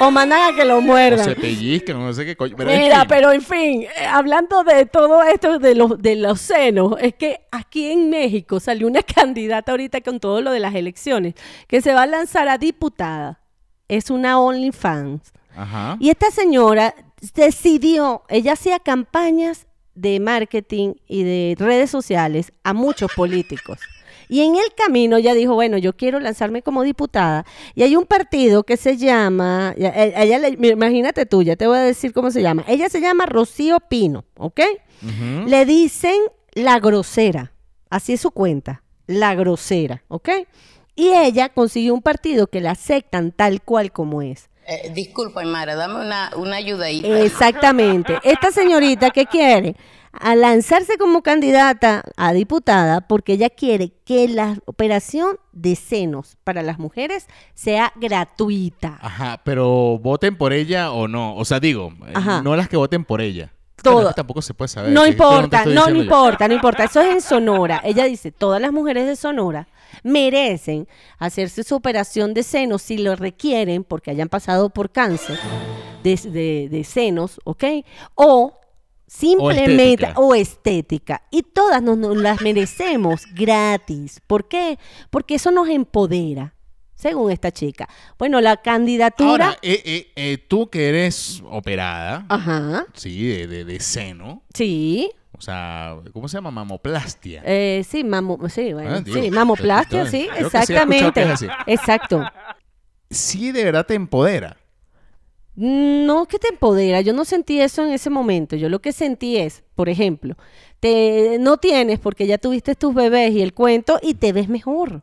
[SPEAKER 3] o mandan a que lo
[SPEAKER 2] Eh. O
[SPEAKER 3] muerdan.
[SPEAKER 2] se pellizcan, no sé qué coño. Pero en
[SPEAKER 3] Mira,
[SPEAKER 2] fin.
[SPEAKER 3] pero en fin, eh, hablando de todo esto de los, de los senos, es que aquí en México salió una candidata ahorita con todo lo de las elecciones, que se va a lanzar a diputada. Es una OnlyFans.
[SPEAKER 2] Ajá.
[SPEAKER 3] Y esta señora decidió, ella hacía campañas de marketing y de redes sociales a muchos políticos. Y en el camino ella dijo, bueno, yo quiero lanzarme como diputada. Y hay un partido que se llama, ya, eh, a ella le- mira, imagínate tú, ya te voy a decir cómo se llama. Ella se llama Rocío Pino, ¿ok? Le dicen la grosera, así es su cuenta, la grosera, ¿ok? Y ella consiguió un partido que la aceptan tal cual como es.
[SPEAKER 6] Eh, disculpa, Aymara, dame una, una ayudadita.
[SPEAKER 3] Exactamente. Esta señorita que quiere a lanzarse como candidata a diputada porque ella quiere que la operación de senos para las mujeres sea gratuita.
[SPEAKER 2] Ajá, pero voten por ella o no. O sea, digo, eh,
[SPEAKER 3] Ajá.
[SPEAKER 2] no las que voten por ella.
[SPEAKER 3] Todo.
[SPEAKER 2] Bueno, es que tampoco se puede saber.
[SPEAKER 3] No
[SPEAKER 2] que esto te
[SPEAKER 3] importa,
[SPEAKER 2] estoy
[SPEAKER 3] no, no
[SPEAKER 2] diciendo yo.
[SPEAKER 3] importa, no importa. Eso es en Sonora. Ella dice, todas las mujeres de Sonora merecen hacerse su operación de senos si lo requieren porque hayan pasado por cáncer de, de- de senos, ¿ok? O simplemente
[SPEAKER 2] estética.
[SPEAKER 3] o estética. Y todas nos, nos las merecemos gratis. ¿Por qué? Porque eso nos empodera, según esta chica. Bueno, la candidatura...
[SPEAKER 2] Ahora, eh, eh, eh, tú que eres
[SPEAKER 3] Ah.
[SPEAKER 2] operada,
[SPEAKER 3] Ajá,
[SPEAKER 2] sí, de, de, de seno,
[SPEAKER 3] sí.
[SPEAKER 2] o sea, ¿cómo se llama? Mamoplastia.
[SPEAKER 3] Eh, sí, mamo, sí, bueno,
[SPEAKER 2] Ah, digo,
[SPEAKER 3] sí, mamoplastia,
[SPEAKER 2] yo-
[SPEAKER 3] sí,
[SPEAKER 2] yo que sí he escuchado que es
[SPEAKER 3] exactamente.
[SPEAKER 2] así.
[SPEAKER 3] Exacto.
[SPEAKER 2] Sí, de verdad te empodera.
[SPEAKER 3] No que te empodera, yo no sentí eso en ese momento. Yo lo que sentí es, por ejemplo, te no tienes porque ya tuviste tus bebés y el cuento y te ves mejor.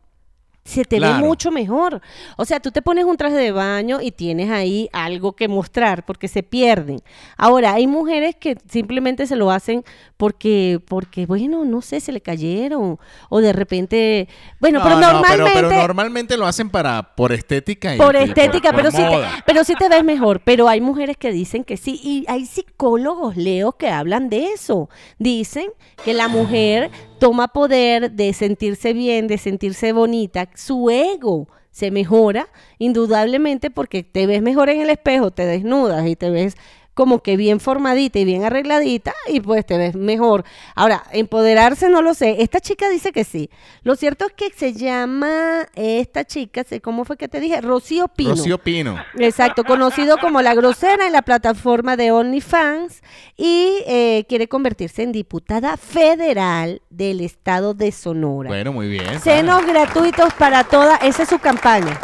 [SPEAKER 3] Se te
[SPEAKER 2] Claro.
[SPEAKER 3] ve mucho mejor. O sea, tú te pones un traje de baño y tienes ahí algo que mostrar porque se pierden. Ahora, hay mujeres que simplemente se lo hacen porque, porque bueno, no sé, se le cayeron o de repente, bueno, pero
[SPEAKER 2] pero-
[SPEAKER 3] normalmente
[SPEAKER 2] pero, normalmente lo hacen para por estética y
[SPEAKER 3] por
[SPEAKER 2] y
[SPEAKER 3] estética,
[SPEAKER 2] por-
[SPEAKER 3] pero,
[SPEAKER 2] por
[SPEAKER 3] sí te,
[SPEAKER 2] moda.
[SPEAKER 3] pero sí te ves mejor. Pero hay mujeres que dicen que sí, y hay psicólogos, Leo, que hablan de eso. Dicen que la mujer toma poder de sentirse bien, de sentirse bonita, su ego se mejora indudablemente porque te ves mejor en el espejo, te desnudas y te ves como que bien formadita y bien arregladita y pues te ves mejor. Ahora, empoderarse no lo sé. Esta chica dice que sí. Lo cierto es que se llama esta chica, sé- ¿cómo fue que te dije? Rocío Pino.
[SPEAKER 2] Rocío Pino.
[SPEAKER 3] Exacto, conocido como La Grosera en la plataforma de OnlyFans y eh, quiere convertirse en diputada federal del estado de Sonora.
[SPEAKER 2] Bueno, muy bien. Ah,
[SPEAKER 3] Senos gratuitos para todas. Esa es su campaña.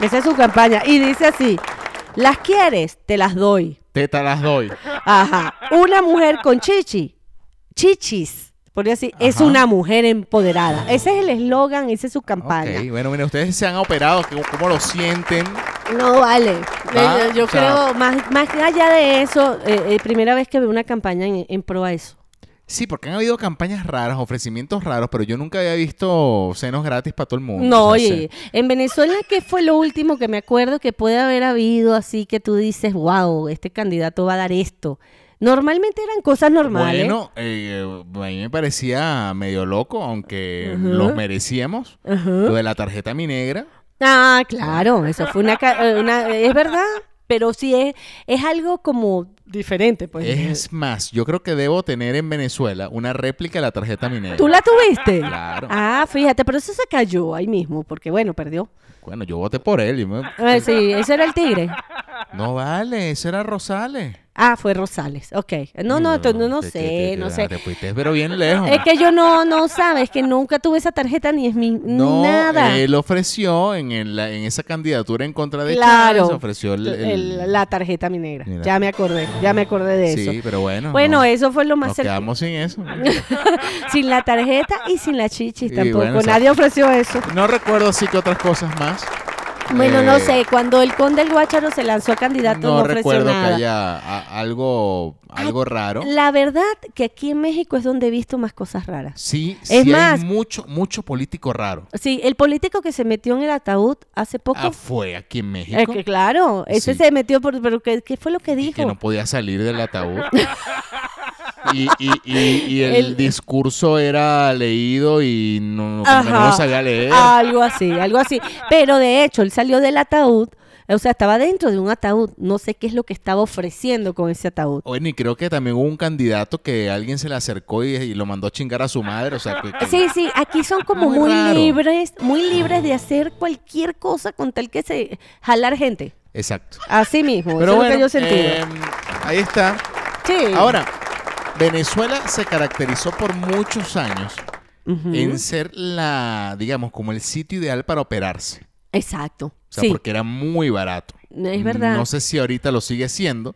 [SPEAKER 3] Esa es su campaña. Y dice así: ¿Las quieres? Te las doy.
[SPEAKER 2] Teta las doy.
[SPEAKER 3] Ajá. Una mujer con chichi. Chichis. Por decir, así, es
[SPEAKER 2] Ajá.
[SPEAKER 3] una mujer empoderada. Ese es el eslogan, esa es su campaña.
[SPEAKER 2] Ok, bueno, miren, ustedes se han operado, ¿cómo- ¿cómo lo sienten?
[SPEAKER 3] No vale.
[SPEAKER 2] Ah,
[SPEAKER 3] yo yo
[SPEAKER 2] o sea-
[SPEAKER 3] creo, más, más allá de eso, eh, eh, primera vez que veo una campaña en, en pro a eso.
[SPEAKER 2] Sí, porque han habido campañas raras, ofrecimientos raros, pero yo nunca había visto senos gratis para todo el mundo.
[SPEAKER 3] No,
[SPEAKER 2] O sea,
[SPEAKER 3] oye, en Venezuela, ¿qué fue lo último que me acuerdo que puede haber habido así que tú dices, wow, este candidato va a dar esto? Normalmente eran cosas normales.
[SPEAKER 2] Bueno, eh, a mí me parecía medio loco, aunque los merecíamos. Lo de la tarjeta mi negra.
[SPEAKER 3] Ah, claro, eso fue una, ca- eh, una- es verdad, pero sí es, es algo como diferente, pues.
[SPEAKER 2] Es más, yo creo que debo tener en Venezuela una réplica de la tarjeta mi negra.
[SPEAKER 3] Eh, ¿Tú la tuviste?
[SPEAKER 2] Claro.
[SPEAKER 3] Ah, fíjate, pero eso se cayó ahí mismo, porque bueno, perdió.
[SPEAKER 2] Bueno, yo voté por él. y me-
[SPEAKER 3] Ah, sí, ese era el tigre.
[SPEAKER 2] No vale, ese era Rosales.
[SPEAKER 3] Ah, fue Rosales, ok. No, no, tú- no, no
[SPEAKER 2] te- te-
[SPEAKER 3] sé,
[SPEAKER 2] te-
[SPEAKER 3] no
[SPEAKER 2] te-
[SPEAKER 3] sé.
[SPEAKER 2] Te fuiste, pero bien lejos.
[SPEAKER 3] Es que yo no, no sabes que nunca tuve esa tarjeta ni es mi
[SPEAKER 2] No,
[SPEAKER 3] nada.
[SPEAKER 2] él ofreció en, el- la- en esa candidatura en contra de
[SPEAKER 3] claro.
[SPEAKER 2] Chávez, ofreció el, el-
[SPEAKER 3] El- la tarjeta minera.
[SPEAKER 2] Mira.
[SPEAKER 3] Ya me acordé, ya me acordé de eso.
[SPEAKER 2] Sí, pero bueno.
[SPEAKER 3] bueno,
[SPEAKER 2] no.
[SPEAKER 3] eso fue lo más
[SPEAKER 2] Nos
[SPEAKER 3] cercano.
[SPEAKER 2] quedamos sin eso.
[SPEAKER 3] sin la tarjeta y sin la chichis
[SPEAKER 2] Y
[SPEAKER 3] tampoco.
[SPEAKER 2] bueno, o sea-
[SPEAKER 3] Nadie ofreció eso.
[SPEAKER 2] No recuerdo así que otras cosas más.
[SPEAKER 3] Bueno,
[SPEAKER 2] Eh,
[SPEAKER 3] no sé, cuando el conde del Guácharo se lanzó candidato no,
[SPEAKER 2] No
[SPEAKER 3] ofreció
[SPEAKER 2] recuerdo que
[SPEAKER 3] nada.
[SPEAKER 2] haya a- algo, algo raro.
[SPEAKER 3] La verdad que aquí en México es donde he visto más cosas raras.
[SPEAKER 2] Sí,
[SPEAKER 3] Es
[SPEAKER 2] sí hay
[SPEAKER 3] más-
[SPEAKER 2] mucho, mucho político raro.
[SPEAKER 3] Sí, el político que se metió en el ataúd hace poco.
[SPEAKER 2] Ah, fue aquí en México.
[SPEAKER 3] Es que claro, ese
[SPEAKER 2] Sí.
[SPEAKER 3] se metió por... Pero ¿qué, qué fue lo que
[SPEAKER 2] y
[SPEAKER 3] dijo?
[SPEAKER 2] que no podía salir del ataúd. Y, y- y- y el,
[SPEAKER 3] El-
[SPEAKER 2] discurso era leído y no, como que no lo
[SPEAKER 3] Ajá.
[SPEAKER 2] sabía leer.
[SPEAKER 3] Algo así, algo así. Pero de hecho, él salió del ataúd, o sea, estaba dentro de un ataúd. No sé qué es lo que estaba ofreciendo con ese ataúd.
[SPEAKER 2] Bueno, y creo que también hubo un candidato que alguien se le acercó y, y lo mandó a chingar a su madre. O sea, que, que-
[SPEAKER 3] Sí, sí, aquí son como
[SPEAKER 2] Muy
[SPEAKER 3] muy,
[SPEAKER 2] raro.
[SPEAKER 3] libres, muy libres de hacer cualquier cosa con tal que se jalar gente.
[SPEAKER 2] Exacto.
[SPEAKER 3] Así mismo,
[SPEAKER 2] Pero
[SPEAKER 3] eso
[SPEAKER 2] bueno,
[SPEAKER 3] es lo que yo sentí.
[SPEAKER 2] eh, ahí está.
[SPEAKER 3] sí.
[SPEAKER 2] Ahora, Venezuela se caracterizó por muchos años
[SPEAKER 3] Ujú.
[SPEAKER 2] en ser la, digamos, como el sitio ideal para operarse.
[SPEAKER 3] Exacto.
[SPEAKER 2] O sea,
[SPEAKER 3] sí,
[SPEAKER 2] porque era muy barato.
[SPEAKER 3] es verdad.
[SPEAKER 2] No sé si ahorita lo sigue siendo,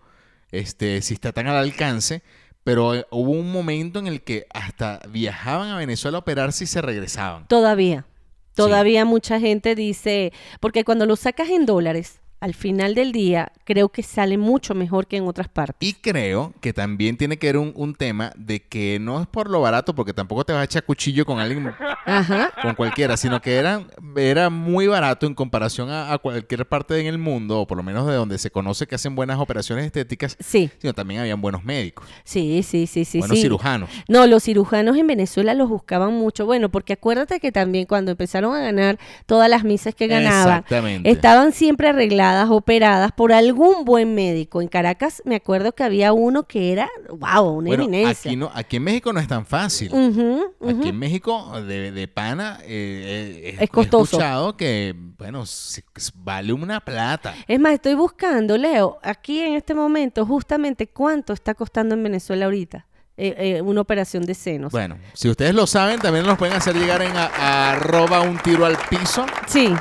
[SPEAKER 2] este, si está tan al alcance, pero eh, hubo un momento en el que hasta viajaban a Venezuela a operarse y se regresaban.
[SPEAKER 3] Todavía. Todavía mucha gente dice, porque cuando lo sacas en dólares, al final del día, creo que sale mucho mejor que en otras partes.
[SPEAKER 2] Y creo que también tiene que ver un, un tema de que no es por lo barato, porque tampoco te vas a echar cuchillo con alguien,
[SPEAKER 3] Ajá.
[SPEAKER 2] con cualquiera, sino que eran, era muy barato en comparación a, a cualquier parte en el mundo, o por lo menos de donde se conoce que hacen buenas operaciones estéticas,
[SPEAKER 3] Sí,
[SPEAKER 2] sino también habían buenos médicos,
[SPEAKER 3] sí, sí, sí, sí.
[SPEAKER 2] buenos
[SPEAKER 3] sí.
[SPEAKER 2] cirujanos.
[SPEAKER 3] No, los cirujanos en Venezuela los buscaban mucho. Bueno, porque acuérdate que también cuando empezaron a ganar todas las misas que ganaban,
[SPEAKER 2] Exactamente.
[SPEAKER 3] estaban siempre arregladas, operadas por algún buen médico. En Caracas me acuerdo que había uno que era, wow, una
[SPEAKER 2] Bueno,
[SPEAKER 3] eminencia.
[SPEAKER 2] aquí, no, aquí en México no es tan fácil.
[SPEAKER 3] Ujú, ujú.
[SPEAKER 2] Aquí en México, de, de pana, eh, eh,
[SPEAKER 3] Es
[SPEAKER 2] He
[SPEAKER 3] costoso.
[SPEAKER 2] escuchado que, bueno, se- se- vale una plata.
[SPEAKER 3] Es más, estoy buscando, Leo, aquí en este momento, justamente cuánto está costando en Venezuela ahorita eh, eh, una operación de senos.
[SPEAKER 2] Bueno, si ustedes lo saben, también nos pueden hacer llegar en a- a arroba un tiro al piso
[SPEAKER 3] Sí,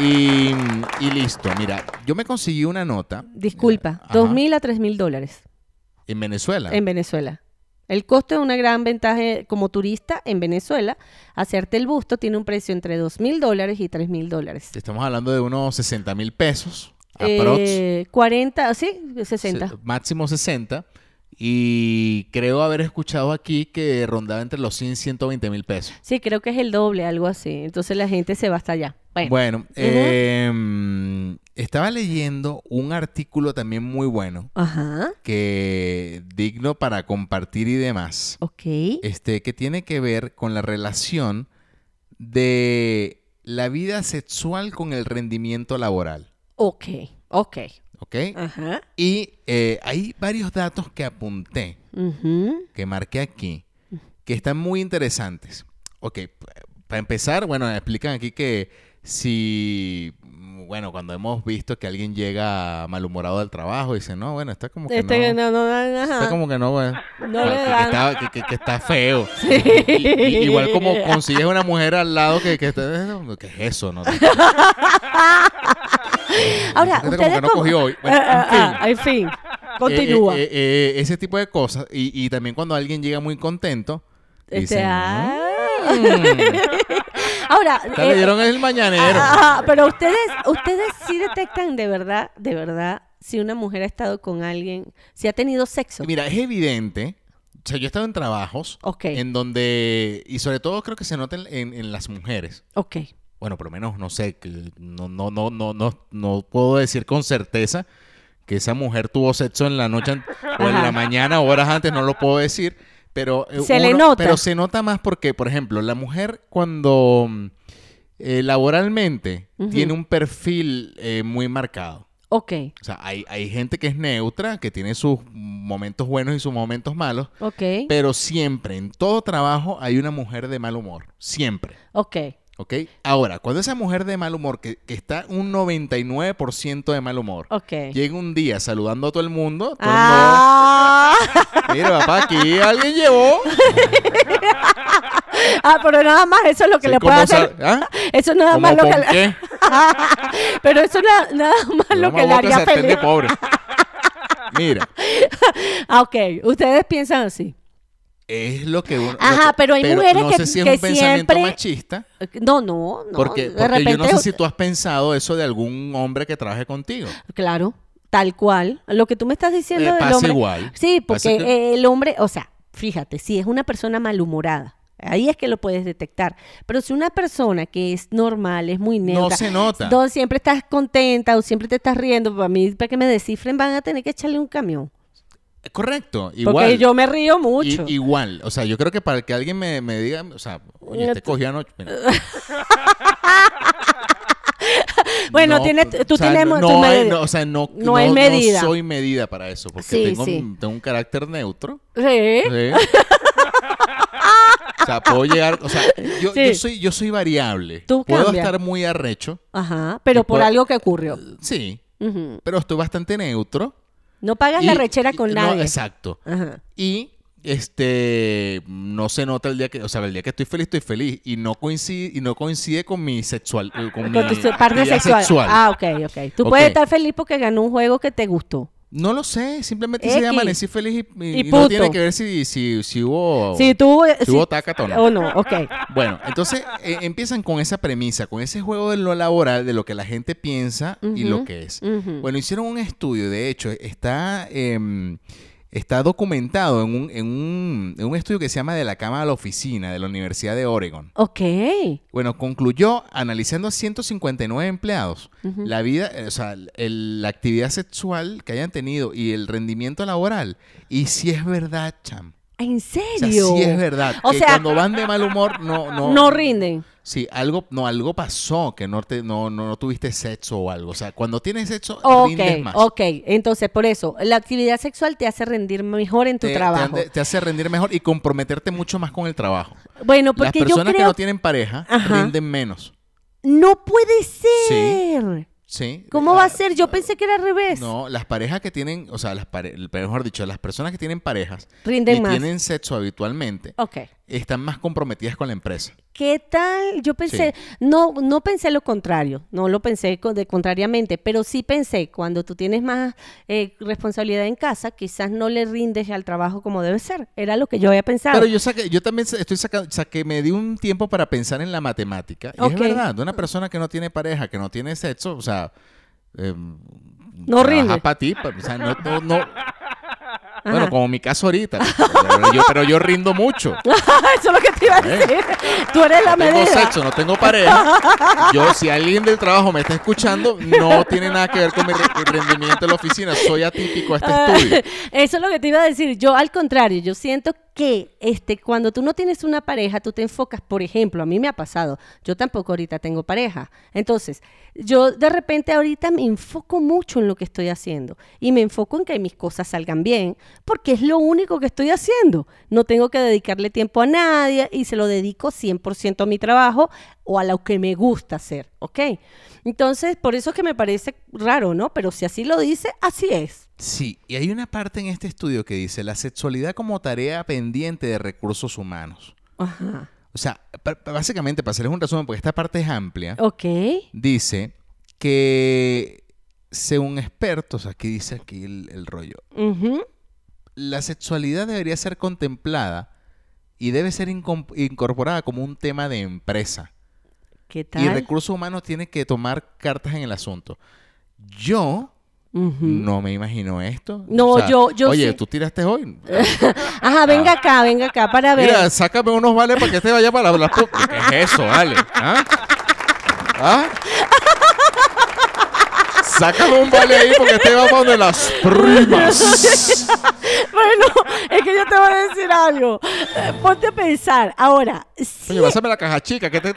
[SPEAKER 2] y, y listo. Mira, yo me conseguí una nota. eh,
[SPEAKER 3] disculpa,
[SPEAKER 2] Ajá.
[SPEAKER 3] dos mil a tres mil dólares
[SPEAKER 2] En Venezuela.
[SPEAKER 3] en Venezuela. El costo de una gran ventaja eh, como turista en Venezuela, hacerte el busto tiene un precio entre dos mil dólares y tres mil dólares.
[SPEAKER 2] Estamos hablando de unos 60 mil pesos. aprox.
[SPEAKER 3] Eh, 40, sí, 60.
[SPEAKER 2] Se- máximo 60. Y creo haber escuchado aquí que rondaba entre los 100 y 120 mil pesos.
[SPEAKER 3] Sí, creo que es el doble, algo así. Entonces la gente se va hasta allá. Bueno,
[SPEAKER 2] Bueno, em, estaba leyendo un artículo también muy bueno,
[SPEAKER 3] ajá,
[SPEAKER 2] que digno para compartir y demás,
[SPEAKER 3] ok.
[SPEAKER 2] este, que tiene que ver con la relación de la vida sexual con el rendimiento laboral,
[SPEAKER 3] Ok, ok.
[SPEAKER 2] ¿ok?
[SPEAKER 3] Ajá.
[SPEAKER 2] Y eh, hay varios datos que apunté,
[SPEAKER 3] Ujú.
[SPEAKER 2] que marqué aquí, que están muy interesantes. Ok, p- para empezar, bueno, explican aquí que si, bueno, cuando hemos visto que alguien llega malhumorado del trabajo, dice, no, bueno, está como que
[SPEAKER 3] Este, no, no, no, no,
[SPEAKER 2] Está
[SPEAKER 3] ajá.
[SPEAKER 2] como que no, güey.
[SPEAKER 3] No
[SPEAKER 2] Ah, que,
[SPEAKER 3] le
[SPEAKER 2] que
[SPEAKER 3] dan.
[SPEAKER 2] está, que, que- que está feo. Y- y- igual como consigues una mujer al lado que, que está... ¿Qué es eso? No? Fíjate
[SPEAKER 3] Ahora,
[SPEAKER 2] como
[SPEAKER 3] ustedes
[SPEAKER 2] que no
[SPEAKER 3] como-
[SPEAKER 2] cogió hoy. Bueno,
[SPEAKER 3] Ah,
[SPEAKER 2] en
[SPEAKER 3] ah, ah, en fin, continúa.
[SPEAKER 2] Eh, eh, eh, eh, ese tipo de cosas. Y, y también cuando alguien llega muy contento,
[SPEAKER 3] Este,
[SPEAKER 2] dicen...
[SPEAKER 3] ah.
[SPEAKER 2] "Mm,
[SPEAKER 3] Ahora,
[SPEAKER 2] te
[SPEAKER 3] eh,
[SPEAKER 2] leyeron el mañanero.
[SPEAKER 3] ah, ah, pero ustedes, ustedes sí detectan de verdad, de verdad, si una mujer ha estado con alguien, si ha tenido sexo.
[SPEAKER 2] Mira, es evidente. O sea, yo he estado en trabajos
[SPEAKER 3] Ok.
[SPEAKER 2] en donde... Y sobre todo creo que se nota en- en- en las mujeres.
[SPEAKER 3] Ok.
[SPEAKER 2] bueno, por lo menos no sé, que no, no, no, no, no, no puedo decir con certeza que esa mujer tuvo sexo en la noche an- o en
[SPEAKER 3] Ajá.
[SPEAKER 2] la mañana, horas antes, no lo puedo decir. Pero eh,
[SPEAKER 3] Se le nota.
[SPEAKER 2] Pero se nota más porque, por ejemplo, la mujer cuando mm, eh, laboralmente
[SPEAKER 3] Ujú.
[SPEAKER 2] tiene un perfil eh, muy marcado.
[SPEAKER 3] Ok.
[SPEAKER 2] O sea, hay, hay gente que es neutra, que tiene sus momentos buenos y sus momentos malos,
[SPEAKER 3] Ok.
[SPEAKER 2] pero siempre, en todo trabajo, hay una mujer de mal humor. Siempre.
[SPEAKER 3] Ok.
[SPEAKER 2] ¿Ok? Ahora, cuando esa mujer de mal humor, que, que está un 99% de mal humor,
[SPEAKER 3] Ok.
[SPEAKER 2] llega un día saludando a todo el mundo, todo el
[SPEAKER 3] Ah,
[SPEAKER 2] mundo, mira papá, aquí alguien llevó.
[SPEAKER 3] ah, pero nada más eso es lo que
[SPEAKER 2] Sí,
[SPEAKER 3] le
[SPEAKER 2] ¿cómo
[SPEAKER 3] puede hacer.
[SPEAKER 2] sa- ah?
[SPEAKER 3] Eso nada
[SPEAKER 2] ¿Cómo
[SPEAKER 3] más lo
[SPEAKER 2] con
[SPEAKER 3] que le-
[SPEAKER 2] qué?
[SPEAKER 3] Pero eso na- nada más lo
[SPEAKER 2] Vamos
[SPEAKER 3] que
[SPEAKER 2] a
[SPEAKER 3] le
[SPEAKER 2] botar
[SPEAKER 3] haría
[SPEAKER 2] sartén de
[SPEAKER 3] feliz.
[SPEAKER 2] pobre. Mira,
[SPEAKER 3] Ah, ok. Ustedes piensan así.
[SPEAKER 2] es lo que uno... lo
[SPEAKER 3] Ajá,
[SPEAKER 2] que-
[SPEAKER 3] pero hay mujeres
[SPEAKER 2] no
[SPEAKER 3] que-
[SPEAKER 2] sé si es
[SPEAKER 3] que
[SPEAKER 2] un pensamiento
[SPEAKER 3] siempre-
[SPEAKER 2] machista,
[SPEAKER 3] No, no, no.
[SPEAKER 2] porque,
[SPEAKER 3] de
[SPEAKER 2] porque
[SPEAKER 3] repente,
[SPEAKER 2] yo no sé si tú has pensado eso de algún hombre que trabaje contigo.
[SPEAKER 3] Claro, tal cual. Lo que tú me estás diciendo
[SPEAKER 2] Eh,
[SPEAKER 3] del
[SPEAKER 2] pasa
[SPEAKER 3] hombre.
[SPEAKER 2] igual.
[SPEAKER 3] Sí,
[SPEAKER 2] Pasa
[SPEAKER 3] porque
[SPEAKER 2] que-
[SPEAKER 3] eh, el hombre, o sea, fíjate, si es una persona malhumorada. Ahí es que lo puedes detectar. Pero si una persona que es normal, es muy neutra,
[SPEAKER 2] se nota.
[SPEAKER 3] donde siempre estás contenta o siempre te estás riendo, para mí, para que me descifren, van a tener que echarle un camión.
[SPEAKER 2] Correcto,
[SPEAKER 3] Porque
[SPEAKER 2] igual.
[SPEAKER 3] yo me río
[SPEAKER 2] I-
[SPEAKER 3] mucho.
[SPEAKER 2] igual, o sea, yo creo que para que alguien me, me diga, o sea, oye,
[SPEAKER 3] No
[SPEAKER 2] este
[SPEAKER 3] te-
[SPEAKER 2] cogió anoche. mira.
[SPEAKER 3] bueno,
[SPEAKER 2] No,
[SPEAKER 3] tienes, tú
[SPEAKER 2] o sea,
[SPEAKER 3] tienes
[SPEAKER 2] no,
[SPEAKER 3] tu
[SPEAKER 2] no, hay-
[SPEAKER 3] medida.
[SPEAKER 2] no, o sea, no,
[SPEAKER 3] No hay medida.
[SPEAKER 2] soy medida para eso, porque
[SPEAKER 3] Sí, ¿Eh?
[SPEAKER 2] tengo,
[SPEAKER 3] sí.
[SPEAKER 2] tengo un carácter neutro.
[SPEAKER 3] Sí.
[SPEAKER 2] Sí. o sea, puedo llegar, o sea, yo,
[SPEAKER 3] Sí.
[SPEAKER 2] yo soy, yo soy variable.
[SPEAKER 3] Tú
[SPEAKER 2] puedo
[SPEAKER 3] cambias.
[SPEAKER 2] estar muy arrecho,
[SPEAKER 3] Ajá, pero
[SPEAKER 2] Y
[SPEAKER 3] por
[SPEAKER 2] puedo-
[SPEAKER 3] algo que ocurrió.
[SPEAKER 2] sí,
[SPEAKER 3] Ujú.
[SPEAKER 2] pero estoy bastante neutro.
[SPEAKER 3] No pagas Mm. la
[SPEAKER 2] Y-
[SPEAKER 3] rechera con
[SPEAKER 2] no,
[SPEAKER 3] nadie.
[SPEAKER 2] exacto.
[SPEAKER 3] Ajá.
[SPEAKER 2] Y este no se nota el día que, o sea, el día que estoy feliz, estoy feliz. Y no coincide, y no coincide con mi sexual, eh, con,
[SPEAKER 3] Con
[SPEAKER 2] mi
[SPEAKER 3] tu parte
[SPEAKER 2] actividad
[SPEAKER 3] sexual. Ah, ok, ok. Tú
[SPEAKER 2] Ok.
[SPEAKER 3] puedes estar feliz porque ganó un juego que te gustó.
[SPEAKER 2] No lo sé, simplemente
[SPEAKER 3] X.
[SPEAKER 2] se amanecí feliz y, y-
[SPEAKER 3] Y
[SPEAKER 2] y no tiene
[SPEAKER 3] punto.
[SPEAKER 2] que ver si, si, si hubo.
[SPEAKER 3] Si tú.
[SPEAKER 2] si hubo tacato Oh. o no.
[SPEAKER 3] O no, ok.
[SPEAKER 2] Bueno, entonces eh, empiezan con esa premisa, con ese juego de lo laboral, de lo que la gente piensa y lo que es.
[SPEAKER 3] ujú.
[SPEAKER 2] Bueno, hicieron un estudio, de hecho, está, em, está documentado en un, en, un, en un estudio que se llama De la Cama a la Oficina de la Universidad de Oregon.
[SPEAKER 3] Ok.
[SPEAKER 2] Bueno, concluyó analizando a 159 empleados. La vida, eh, o sea, el- la actividad sexual que hayan tenido y el rendimiento laboral. Y si es verdad, cham.
[SPEAKER 3] ¿En
[SPEAKER 2] O sea,
[SPEAKER 3] serio?
[SPEAKER 2] sí es verdad.
[SPEAKER 3] O
[SPEAKER 2] que
[SPEAKER 3] sea,
[SPEAKER 2] cuando van de mal humor, no, no,
[SPEAKER 3] no rinden.
[SPEAKER 2] Sí, algo, no, algo pasó que no, te, no, no, no tuviste sexo o algo. O sea, cuando tienes sexo,
[SPEAKER 3] Ok,
[SPEAKER 2] rindes más.
[SPEAKER 3] ok. Entonces, por eso, la actividad sexual te hace rendir mejor en tu
[SPEAKER 2] Te- te
[SPEAKER 3] trabajo.
[SPEAKER 2] ande- Te, hace rendir mejor y comprometerte mucho más con el trabajo.
[SPEAKER 3] Bueno,
[SPEAKER 2] Las
[SPEAKER 3] porque yo
[SPEAKER 2] personas
[SPEAKER 3] creo
[SPEAKER 2] que no tienen pareja
[SPEAKER 3] Ajá.
[SPEAKER 2] rinden menos.
[SPEAKER 3] No puede ser.
[SPEAKER 2] Sí.
[SPEAKER 3] ¿Cómo va a
[SPEAKER 2] Ah,
[SPEAKER 3] ser? Yo pensé que era al revés.
[SPEAKER 2] No, las parejas que tienen, o sea, las pare- mejor dicho, las personas que tienen parejas
[SPEAKER 3] Rinden
[SPEAKER 2] y
[SPEAKER 3] más.
[SPEAKER 2] tienen sexo habitualmente
[SPEAKER 3] Ok.
[SPEAKER 2] están más comprometidas con la empresa.
[SPEAKER 3] ¿Qué tal? Yo pensé, no, no pensé lo contrario, no lo pensé co- de contrariamente, pero sí pensé, cuando tú tienes más eh, responsabilidad en casa, quizás no le rindes al trabajo como debe ser. Era lo que yo había pensado.
[SPEAKER 2] Pero yo saqué, yo también sa- estoy sacando, saqué, me di un tiempo para pensar en la matemática. Y
[SPEAKER 3] Ok.
[SPEAKER 2] es verdad, de una persona que no tiene pareja, que no tiene sexo, o sea, eh,
[SPEAKER 3] No rinde.
[SPEAKER 2] para ti, pa- o sea, no, no- no-
[SPEAKER 3] Ajá.
[SPEAKER 2] bueno, como mi caso ahorita, pero yo, pero yo rindo mucho.
[SPEAKER 3] Eso es lo que te iba a
[SPEAKER 2] Bueno.
[SPEAKER 3] decir. Tú eres la
[SPEAKER 2] No tengo
[SPEAKER 3] medida.
[SPEAKER 2] sexo, no tengo pareja. Yo, si alguien del trabajo me está escuchando, no tiene nada que ver con mi re- rendimiento en la oficina. Soy atípico a
[SPEAKER 3] Ah,
[SPEAKER 2] este estudio.
[SPEAKER 3] Eso es lo que te iba a decir. Yo, al contrario, yo siento que este, cuando tú no tienes una pareja, tú te enfocas, por ejemplo, a mí me ha pasado, yo tampoco ahorita tengo pareja. Entonces, yo de repente ahorita me enfoco mucho en lo que estoy haciendo y me enfoco en que mis cosas salgan bien, porque es lo único que estoy haciendo. No tengo que dedicarle tiempo a nadie y se lo dedico 100% a mi trabajo o a lo que me gusta hacer, ¿ok? Entonces, por eso es que me parece raro, ¿no? Pero si así lo dice, así es.
[SPEAKER 2] Sí, y hay una parte en este estudio que dice la sexualidad como tarea pendiente de recursos humanos.
[SPEAKER 3] Ajá.
[SPEAKER 2] O sea, pa- pa- básicamente, para hacerles un resumen, porque esta parte es amplia,
[SPEAKER 3] Ok.
[SPEAKER 2] dice que según expertos, aquí dice aquí el, el rollo,
[SPEAKER 3] Ujú.
[SPEAKER 2] la sexualidad debería ser contemplada y debe ser incom- incorporada como un tema de empresa.
[SPEAKER 3] ¿Qué
[SPEAKER 2] Y
[SPEAKER 3] tal?
[SPEAKER 2] recursos humanos tiene que tomar cartas en el asunto. Yo
[SPEAKER 3] Ujú.
[SPEAKER 2] no me imagino esto.
[SPEAKER 3] No, yo- yo
[SPEAKER 2] Oye,
[SPEAKER 3] sí.
[SPEAKER 2] tú tiraste hoy.
[SPEAKER 3] Ajá,
[SPEAKER 2] Ah.
[SPEAKER 3] venga acá, venga acá para ver.
[SPEAKER 2] Mira, sácame unos vales para que este vaya para la, la pu- ¿Qué es eso, vale? ¿Ah? ¿Ah? Sácame un vale ahí porque este va para donde las primas.
[SPEAKER 3] Bueno, es que yo te voy a decir algo. Eh, Ponte a pensar. Ahora, sí,
[SPEAKER 2] Oye, pásame la caja chica. Que te...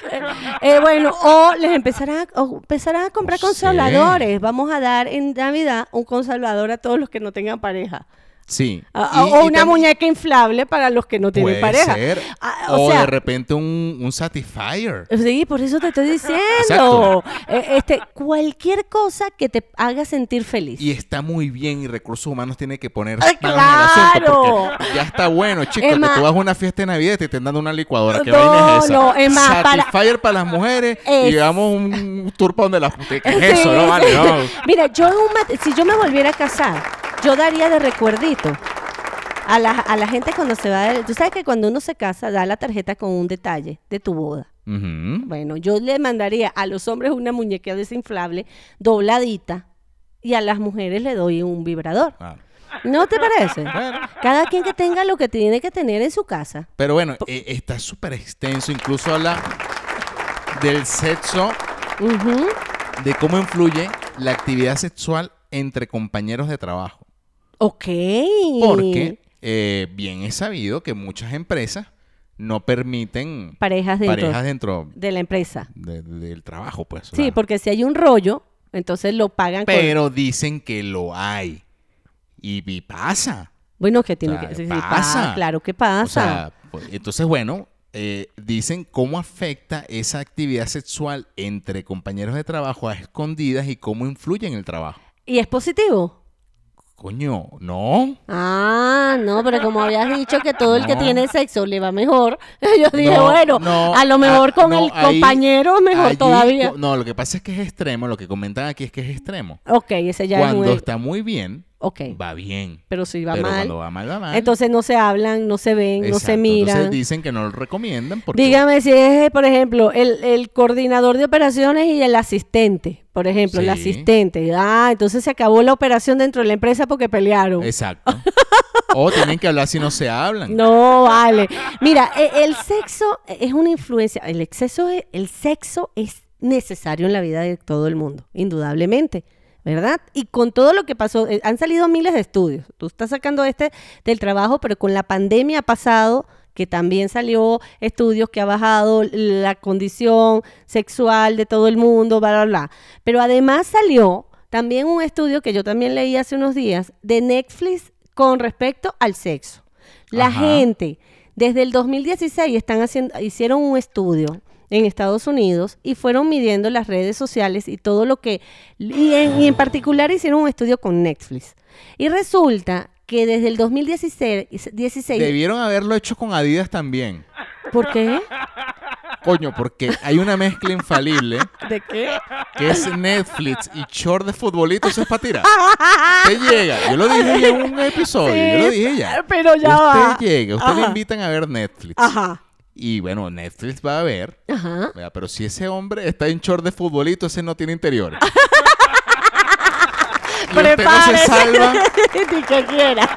[SPEAKER 3] eh, bueno, o les empezarán a, o empezarán a comprar
[SPEAKER 2] No sé.
[SPEAKER 3] consoladores. Vamos a dar en Navidad un consolador a todos los que no tengan pareja.
[SPEAKER 2] Sí.
[SPEAKER 3] A-
[SPEAKER 2] Y-
[SPEAKER 3] o
[SPEAKER 2] y
[SPEAKER 3] una
[SPEAKER 2] también
[SPEAKER 3] muñeca inflable para los que no tienen
[SPEAKER 2] Puede
[SPEAKER 3] pareja.
[SPEAKER 2] ser.
[SPEAKER 3] Ah,
[SPEAKER 2] o
[SPEAKER 3] o sea,
[SPEAKER 2] de repente un, un Satisfyer.
[SPEAKER 3] Sí, por eso te estoy diciendo.
[SPEAKER 2] Exacto.
[SPEAKER 3] Eh, Este, cualquier cosa que te haga sentir feliz.
[SPEAKER 2] Y está muy bien y Recursos Humanos tiene que poner
[SPEAKER 3] ¡Ay,
[SPEAKER 2] manos en el asunto
[SPEAKER 3] claro!
[SPEAKER 2] porque ya está bueno, chicos,
[SPEAKER 3] Es
[SPEAKER 2] que
[SPEAKER 3] más-
[SPEAKER 2] tú vas a una fiesta de Navidad y te estén dando una licuadora. ¿Qué
[SPEAKER 3] No,
[SPEAKER 2] vaina es esa?
[SPEAKER 3] no, es más, para-
[SPEAKER 2] Satisfyer para... las mujeres
[SPEAKER 3] Es-
[SPEAKER 2] y llevamos un tour para donde las... ¿Qué es
[SPEAKER 3] Sí,
[SPEAKER 2] eso? No,
[SPEAKER 3] sí.
[SPEAKER 2] vale, no.
[SPEAKER 3] Mira, yo en un mat- si yo me volviera a casar, yo daría de recuerdito a la, a la gente cuando se va. de- Tú sabes que cuando uno se casa, da la tarjeta con un detalle de tu boda.
[SPEAKER 2] Ujú.
[SPEAKER 3] Bueno, yo le mandaría a los hombres una muñeca desinflable dobladita y a las mujeres le doy un vibrador.
[SPEAKER 2] Claro.
[SPEAKER 3] ¿No te parece? Cada quien que tenga lo que tiene que tener en su casa.
[SPEAKER 2] Pero bueno, eh, está súper extenso, incluso habla del sexo,
[SPEAKER 3] Ujú.
[SPEAKER 2] de cómo influye la actividad sexual entre compañeros de trabajo.
[SPEAKER 3] Ok.
[SPEAKER 2] Porque eh, bien es sabido que muchas empresas no permiten
[SPEAKER 3] Parejas dentro.
[SPEAKER 2] parejas dentro
[SPEAKER 3] de la empresa.
[SPEAKER 2] de- de- del trabajo, pues. o
[SPEAKER 3] Sí,
[SPEAKER 2] sea.
[SPEAKER 3] porque pues si hay un rollo, entonces lo pagan con-
[SPEAKER 2] Pero dicen que lo hay. Y, y pasa.
[SPEAKER 3] Bueno, que tiene
[SPEAKER 2] O sea,
[SPEAKER 3] que... sí, sí,
[SPEAKER 2] pasa.
[SPEAKER 3] pa- claro que pasa.
[SPEAKER 2] O sea, pues, entonces, bueno, eh, dicen cómo afecta esa actividad sexual entre compañeros de trabajo a escondidas y cómo influye en el trabajo.
[SPEAKER 3] ¿Y es positivo?
[SPEAKER 2] Coño, no.
[SPEAKER 3] Ah, no, pero como habías dicho que todo el que
[SPEAKER 2] No.
[SPEAKER 3] tiene sexo le va mejor, yo dije,
[SPEAKER 2] No,
[SPEAKER 3] bueno,
[SPEAKER 2] no,
[SPEAKER 3] a lo mejor
[SPEAKER 2] ah,
[SPEAKER 3] con
[SPEAKER 2] no,
[SPEAKER 3] el
[SPEAKER 2] ahí-
[SPEAKER 3] compañero mejor
[SPEAKER 2] allí,
[SPEAKER 3] todavía.
[SPEAKER 2] cu- No, lo que pasa es que es extremo, lo que comentan aquí es que es extremo.
[SPEAKER 3] Ok, ese ya
[SPEAKER 2] cuando
[SPEAKER 3] es muy...
[SPEAKER 2] está muy bien,
[SPEAKER 3] Ok,
[SPEAKER 2] va bien.
[SPEAKER 3] pero si va
[SPEAKER 2] Pero
[SPEAKER 3] mal,
[SPEAKER 2] cuando va mal, va mal.
[SPEAKER 3] entonces no se hablan, no se ven, no se
[SPEAKER 2] Exacto.
[SPEAKER 3] miran.
[SPEAKER 2] Entonces dicen que no lo recomiendan porque...
[SPEAKER 3] Dígame si es, eh, por ejemplo, el, el coordinador de operaciones y el asistente, por ejemplo, el
[SPEAKER 2] Sí.
[SPEAKER 3] asistente. Ah, entonces se acabó la operación dentro de la empresa porque pelearon.
[SPEAKER 2] Exacto. o tienen que hablar si no se hablan.
[SPEAKER 3] No, vale. Mira, e- el sexo es una influencia. El, exceso de- el sexo es necesario en la vida de todo el mundo, indudablemente. ¿Verdad? Y con todo lo que pasó, eh, han salido miles de estudios. Tú estás sacando este del trabajo, pero con la pandemia ha pasado que también salió estudios que ha bajado la condición sexual de todo el mundo, bla, bla, bla. Pero además salió también un estudio que yo también leí hace unos días de Netflix con respecto al sexo. La
[SPEAKER 2] Ajá.
[SPEAKER 3] gente, desde el 2016, están haciendo, hicieron un estudio en Estados Unidos y fueron midiendo las redes sociales y todo lo que... Y en, y en particular hicieron un estudio con Netflix. Y resulta que desde el 2016... 16,
[SPEAKER 2] Debieron haberlo hecho con Adidas también.
[SPEAKER 3] ¿Por qué?
[SPEAKER 2] Coño, porque hay una mezcla infalible
[SPEAKER 3] ¿De qué?
[SPEAKER 2] que es Netflix y short de futbolito, eso es para tirar. Usted llega, yo lo dije ya en un episodio, yo lo dije ya.
[SPEAKER 3] Pero ya va.
[SPEAKER 2] usted llega, usted le
[SPEAKER 3] Ajá.
[SPEAKER 2] invitan a ver Netflix.
[SPEAKER 3] Ajá.
[SPEAKER 2] Y bueno, Netflix va a ver.
[SPEAKER 3] Ajá.
[SPEAKER 2] ¿verdad? Pero si ese hombre está en short de futbolito, ese no tiene interior. y usted no se
[SPEAKER 3] Prepárese.
[SPEAKER 2] salva.
[SPEAKER 3] Ni que quiera.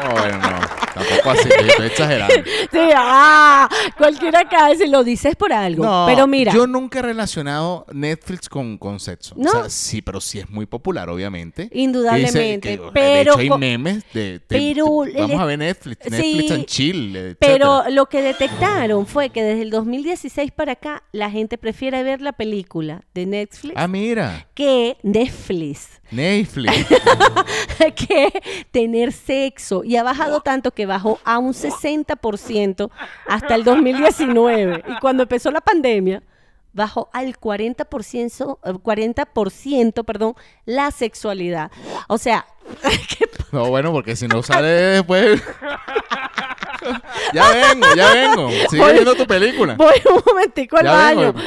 [SPEAKER 2] Ay, no, tampoco así, yo estoy exagerando.
[SPEAKER 3] Sí, ah, cualquiera cae si lo dices por algo.
[SPEAKER 2] No,
[SPEAKER 3] pero mira,
[SPEAKER 2] Yo nunca he relacionado Netflix con, con sexo.
[SPEAKER 3] ¿No?
[SPEAKER 2] O sea, sí, pero sí es muy popular, obviamente.
[SPEAKER 3] Indudablemente,
[SPEAKER 2] Que dice que, de
[SPEAKER 3] pero
[SPEAKER 2] hecho, hay
[SPEAKER 3] co-
[SPEAKER 2] memes de. te-
[SPEAKER 3] pero
[SPEAKER 2] te-
[SPEAKER 3] el
[SPEAKER 2] vamos
[SPEAKER 3] est-
[SPEAKER 2] a ver Netflix,
[SPEAKER 3] Sí,
[SPEAKER 2] Netflix and chill. etcétera.
[SPEAKER 3] pero lo que detectaron fue que desde el 2016 para acá la gente prefiere ver la película de Netflix
[SPEAKER 2] Ah, mira,
[SPEAKER 3] que Netflix,
[SPEAKER 2] Netflix.
[SPEAKER 3] que tener sexo. Y ha bajado tanto que bajó a un 60% hasta el 2019. Y cuando empezó la pandemia, bajó al 40%, eh, 40% perdón, la sexualidad. O sea, ¿qué
[SPEAKER 2] no, bueno, porque si no sale después. ya vengo, ya vengo. Sigue
[SPEAKER 3] Voy-
[SPEAKER 2] viendo tu película.
[SPEAKER 3] Voy un momentico al
[SPEAKER 2] Ya
[SPEAKER 3] baño.
[SPEAKER 2] vengo.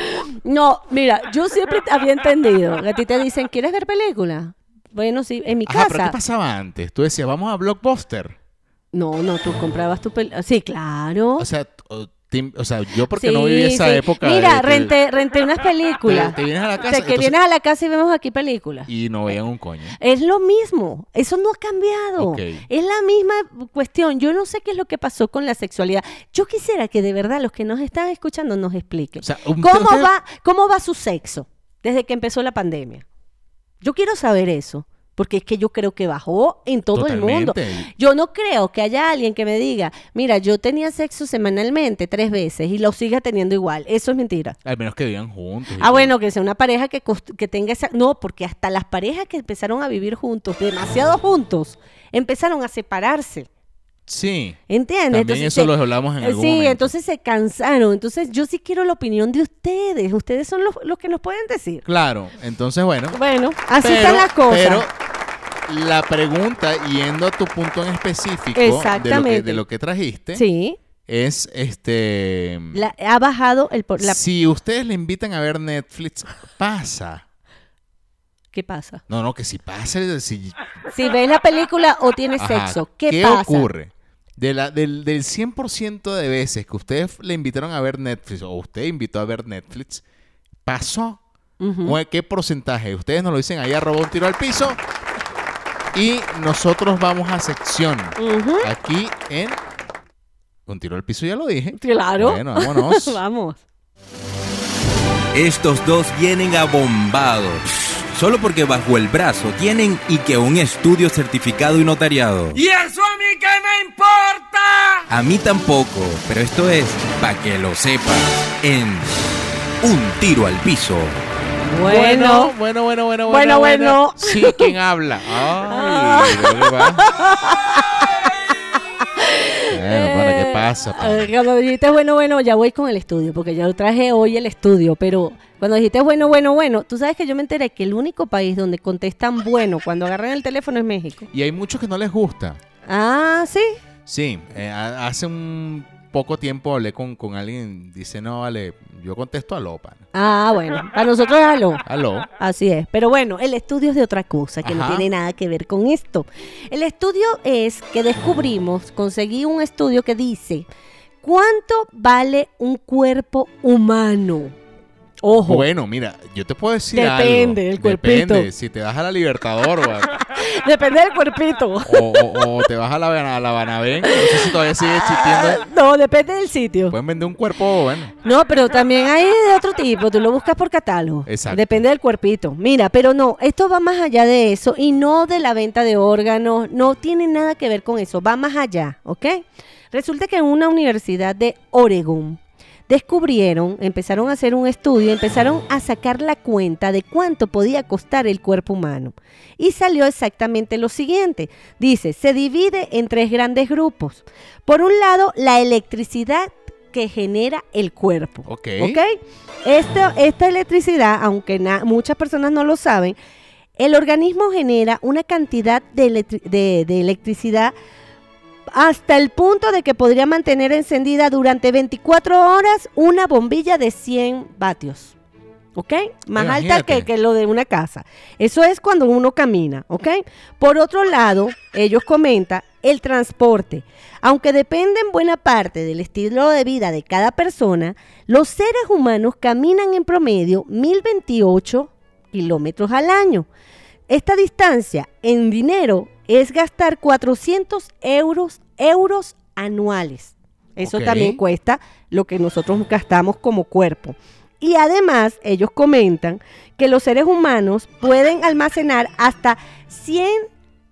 [SPEAKER 3] No, mira, yo siempre había entendido que a ti te dicen, ¿quieres ver película? Bueno, sí, en mi
[SPEAKER 2] Ajá, pero ¿qué
[SPEAKER 3] casa.
[SPEAKER 2] pasaba antes? Tú decías, vamos a Blockbuster.
[SPEAKER 3] No, no, tú comprabas tu película. Sí, claro.
[SPEAKER 2] O sea, t- o tim- o sea, yo porque no
[SPEAKER 3] Sí,
[SPEAKER 2] viví esa
[SPEAKER 3] sí.
[SPEAKER 2] época.
[SPEAKER 3] Mira,
[SPEAKER 2] de que-
[SPEAKER 3] renté, renté unas películas.
[SPEAKER 2] Te- te vienes a la casa,
[SPEAKER 3] Te- que
[SPEAKER 2] entonces-
[SPEAKER 3] vienes a la casa y vemos aquí películas.
[SPEAKER 2] Y no veían un coño.
[SPEAKER 3] Es lo mismo, eso no ha cambiado.
[SPEAKER 2] Ok.
[SPEAKER 3] Es la misma cuestión. Yo no sé qué es lo que pasó con la sexualidad. Yo quisiera que de verdad los que nos están escuchando nos expliquen
[SPEAKER 2] O sea, um, un-
[SPEAKER 3] cómo
[SPEAKER 2] usted-
[SPEAKER 3] va cómo va su sexo desde que empezó la pandemia. Yo quiero saber eso, porque es que yo creo que bajó en todo el mundo.
[SPEAKER 2] Totalmente.
[SPEAKER 3] Yo no creo que haya alguien que me diga, mira, yo tenía sexo semanalmente tres veces y lo siga teniendo igual. Eso es mentira.
[SPEAKER 2] Al menos que vivan juntos. y
[SPEAKER 3] Ah,
[SPEAKER 2] todo.
[SPEAKER 3] bueno, que sea una pareja que, cost- que tenga esa... No, porque hasta las parejas que empezaron a vivir juntos, demasiado juntos, empezaron a separarse.
[SPEAKER 2] Sí.
[SPEAKER 3] ¿Entiendes?
[SPEAKER 2] También eso lo hablamos en
[SPEAKER 3] eh,
[SPEAKER 2] algún
[SPEAKER 3] Sí,
[SPEAKER 2] momento.
[SPEAKER 3] entonces se cansaron. Entonces yo sí quiero la opinión de ustedes. Ustedes son los, los que nos pueden decir.
[SPEAKER 2] Claro. Entonces, bueno.
[SPEAKER 3] Bueno, así
[SPEAKER 2] pero-
[SPEAKER 3] está la cosa.
[SPEAKER 2] Pero la pregunta, yendo a tu punto en específico de lo que,
[SPEAKER 3] Exactamente.
[SPEAKER 2] de lo que trajiste,
[SPEAKER 3] sí,
[SPEAKER 2] es este.
[SPEAKER 3] la- ha bajado el... por- la-
[SPEAKER 2] Si ustedes le invitan a ver Netflix, pasa.
[SPEAKER 3] ¿Qué pasa?
[SPEAKER 2] No, no, que si pasa, si
[SPEAKER 3] Si ves la película o tienes
[SPEAKER 2] Ajá,
[SPEAKER 3] sexo, ¿qué, pasa?
[SPEAKER 2] ocurre? De la, del, del 100% de veces que ustedes le invitaron a ver Netflix o usted invitó a ver Netflix, ¿pasó? ¿Cu- ¿Qué porcentaje? Ustedes nos lo dicen ahí, arroba un tiro al piso. Y nosotros vamos a sección.
[SPEAKER 3] Ujú.
[SPEAKER 2] Aquí en... Un tiro al piso, ya lo dije.
[SPEAKER 3] Claro.
[SPEAKER 2] Bueno, vámonos.
[SPEAKER 3] Vamos.
[SPEAKER 7] Estos dos vienen abombados. solo porque bajo el brazo tienen y que un estudio certificado y notariado.
[SPEAKER 1] ¿Y eso a mí qué me importa?
[SPEAKER 7] A mí tampoco, pero esto es para que lo sepas en Un tiro al piso.
[SPEAKER 3] Bueno,
[SPEAKER 2] bueno, bueno, bueno,
[SPEAKER 3] Bueno, bueno.
[SPEAKER 2] Sí, ¿quién habla? Ay, ¿de qué va? Bueno, bueno, ¿qué pasa? pa?
[SPEAKER 3] eh, cuando dijiste bueno, bueno, ya voy con el estudio, porque ya lo traje hoy el estudio, pero cuando dijiste bueno, bueno, bueno, tú sabes que yo me enteré que el único país donde contestan bueno cuando agarran el teléfono es México.
[SPEAKER 2] Y hay muchos que no les gusta.
[SPEAKER 3] Ah, sí.
[SPEAKER 2] Sí, eh, ha- hace un poco tiempo hablé con, con alguien, dice, no, vale, yo contesto aló, pana.
[SPEAKER 3] Ah, bueno. Para nosotros es aló.
[SPEAKER 2] Aló.
[SPEAKER 3] Así es. Pero bueno, el estudio es de otra cosa que
[SPEAKER 2] Ajá.
[SPEAKER 3] no tiene nada que ver con esto. El estudio es que descubrimos, conseguí un estudio que dice, ¿cuánto vale un cuerpo humano? Ojo.
[SPEAKER 2] Bueno, mira, yo te puedo decir algo.
[SPEAKER 3] Depende del cuerpito.
[SPEAKER 2] Depende, si te das a la Libertador o, a-
[SPEAKER 3] Depende del cuerpito.
[SPEAKER 2] o- o- o te vas a la, Bana- a la Banabén, no sé si todavía sigue existiendo.
[SPEAKER 3] Ah, no, depende del sitio.
[SPEAKER 2] Pueden vender un cuerpo, bueno.
[SPEAKER 3] No, pero también hay de otro tipo, tú lo buscas por catálogo.
[SPEAKER 2] Exacto.
[SPEAKER 3] Depende del cuerpito. Mira, pero no, esto va más allá de eso y no de la venta de órganos, no tiene nada que ver con eso, va más allá, ¿ok? Resulta que en una universidad de Oregon descubrieron, empezaron a hacer un estudio, empezaron a sacar la cuenta de cuánto podía costar el cuerpo humano. Y salió exactamente lo siguiente. Dice, se divide en tres grandes grupos. Por un lado, la electricidad que genera el cuerpo.
[SPEAKER 2] Ok.
[SPEAKER 3] ¿Ok? Esta, esta electricidad, aunque na- muchas personas no lo saben, el organismo genera una cantidad de, electri- de- de electricidad hasta el punto de que podría mantener encendida durante 24 horas una bombilla de 100 vatios. ¿Ok? Más alta que,
[SPEAKER 2] Imagínate.
[SPEAKER 3] que lo de una casa. Eso es cuando uno camina, ¿ok? Por otro lado, ellos comentan el transporte. Aunque depende en buena parte del estilo de vida de cada persona, los seres humanos caminan en promedio 1028 kilómetros al año. Esta distancia en dinero es gastar 400 euros, euros anuales. Eso
[SPEAKER 2] Ok.
[SPEAKER 3] también cuesta lo que nosotros gastamos como cuerpo. Y además, ellos comentan que los seres humanos pueden almacenar hasta 100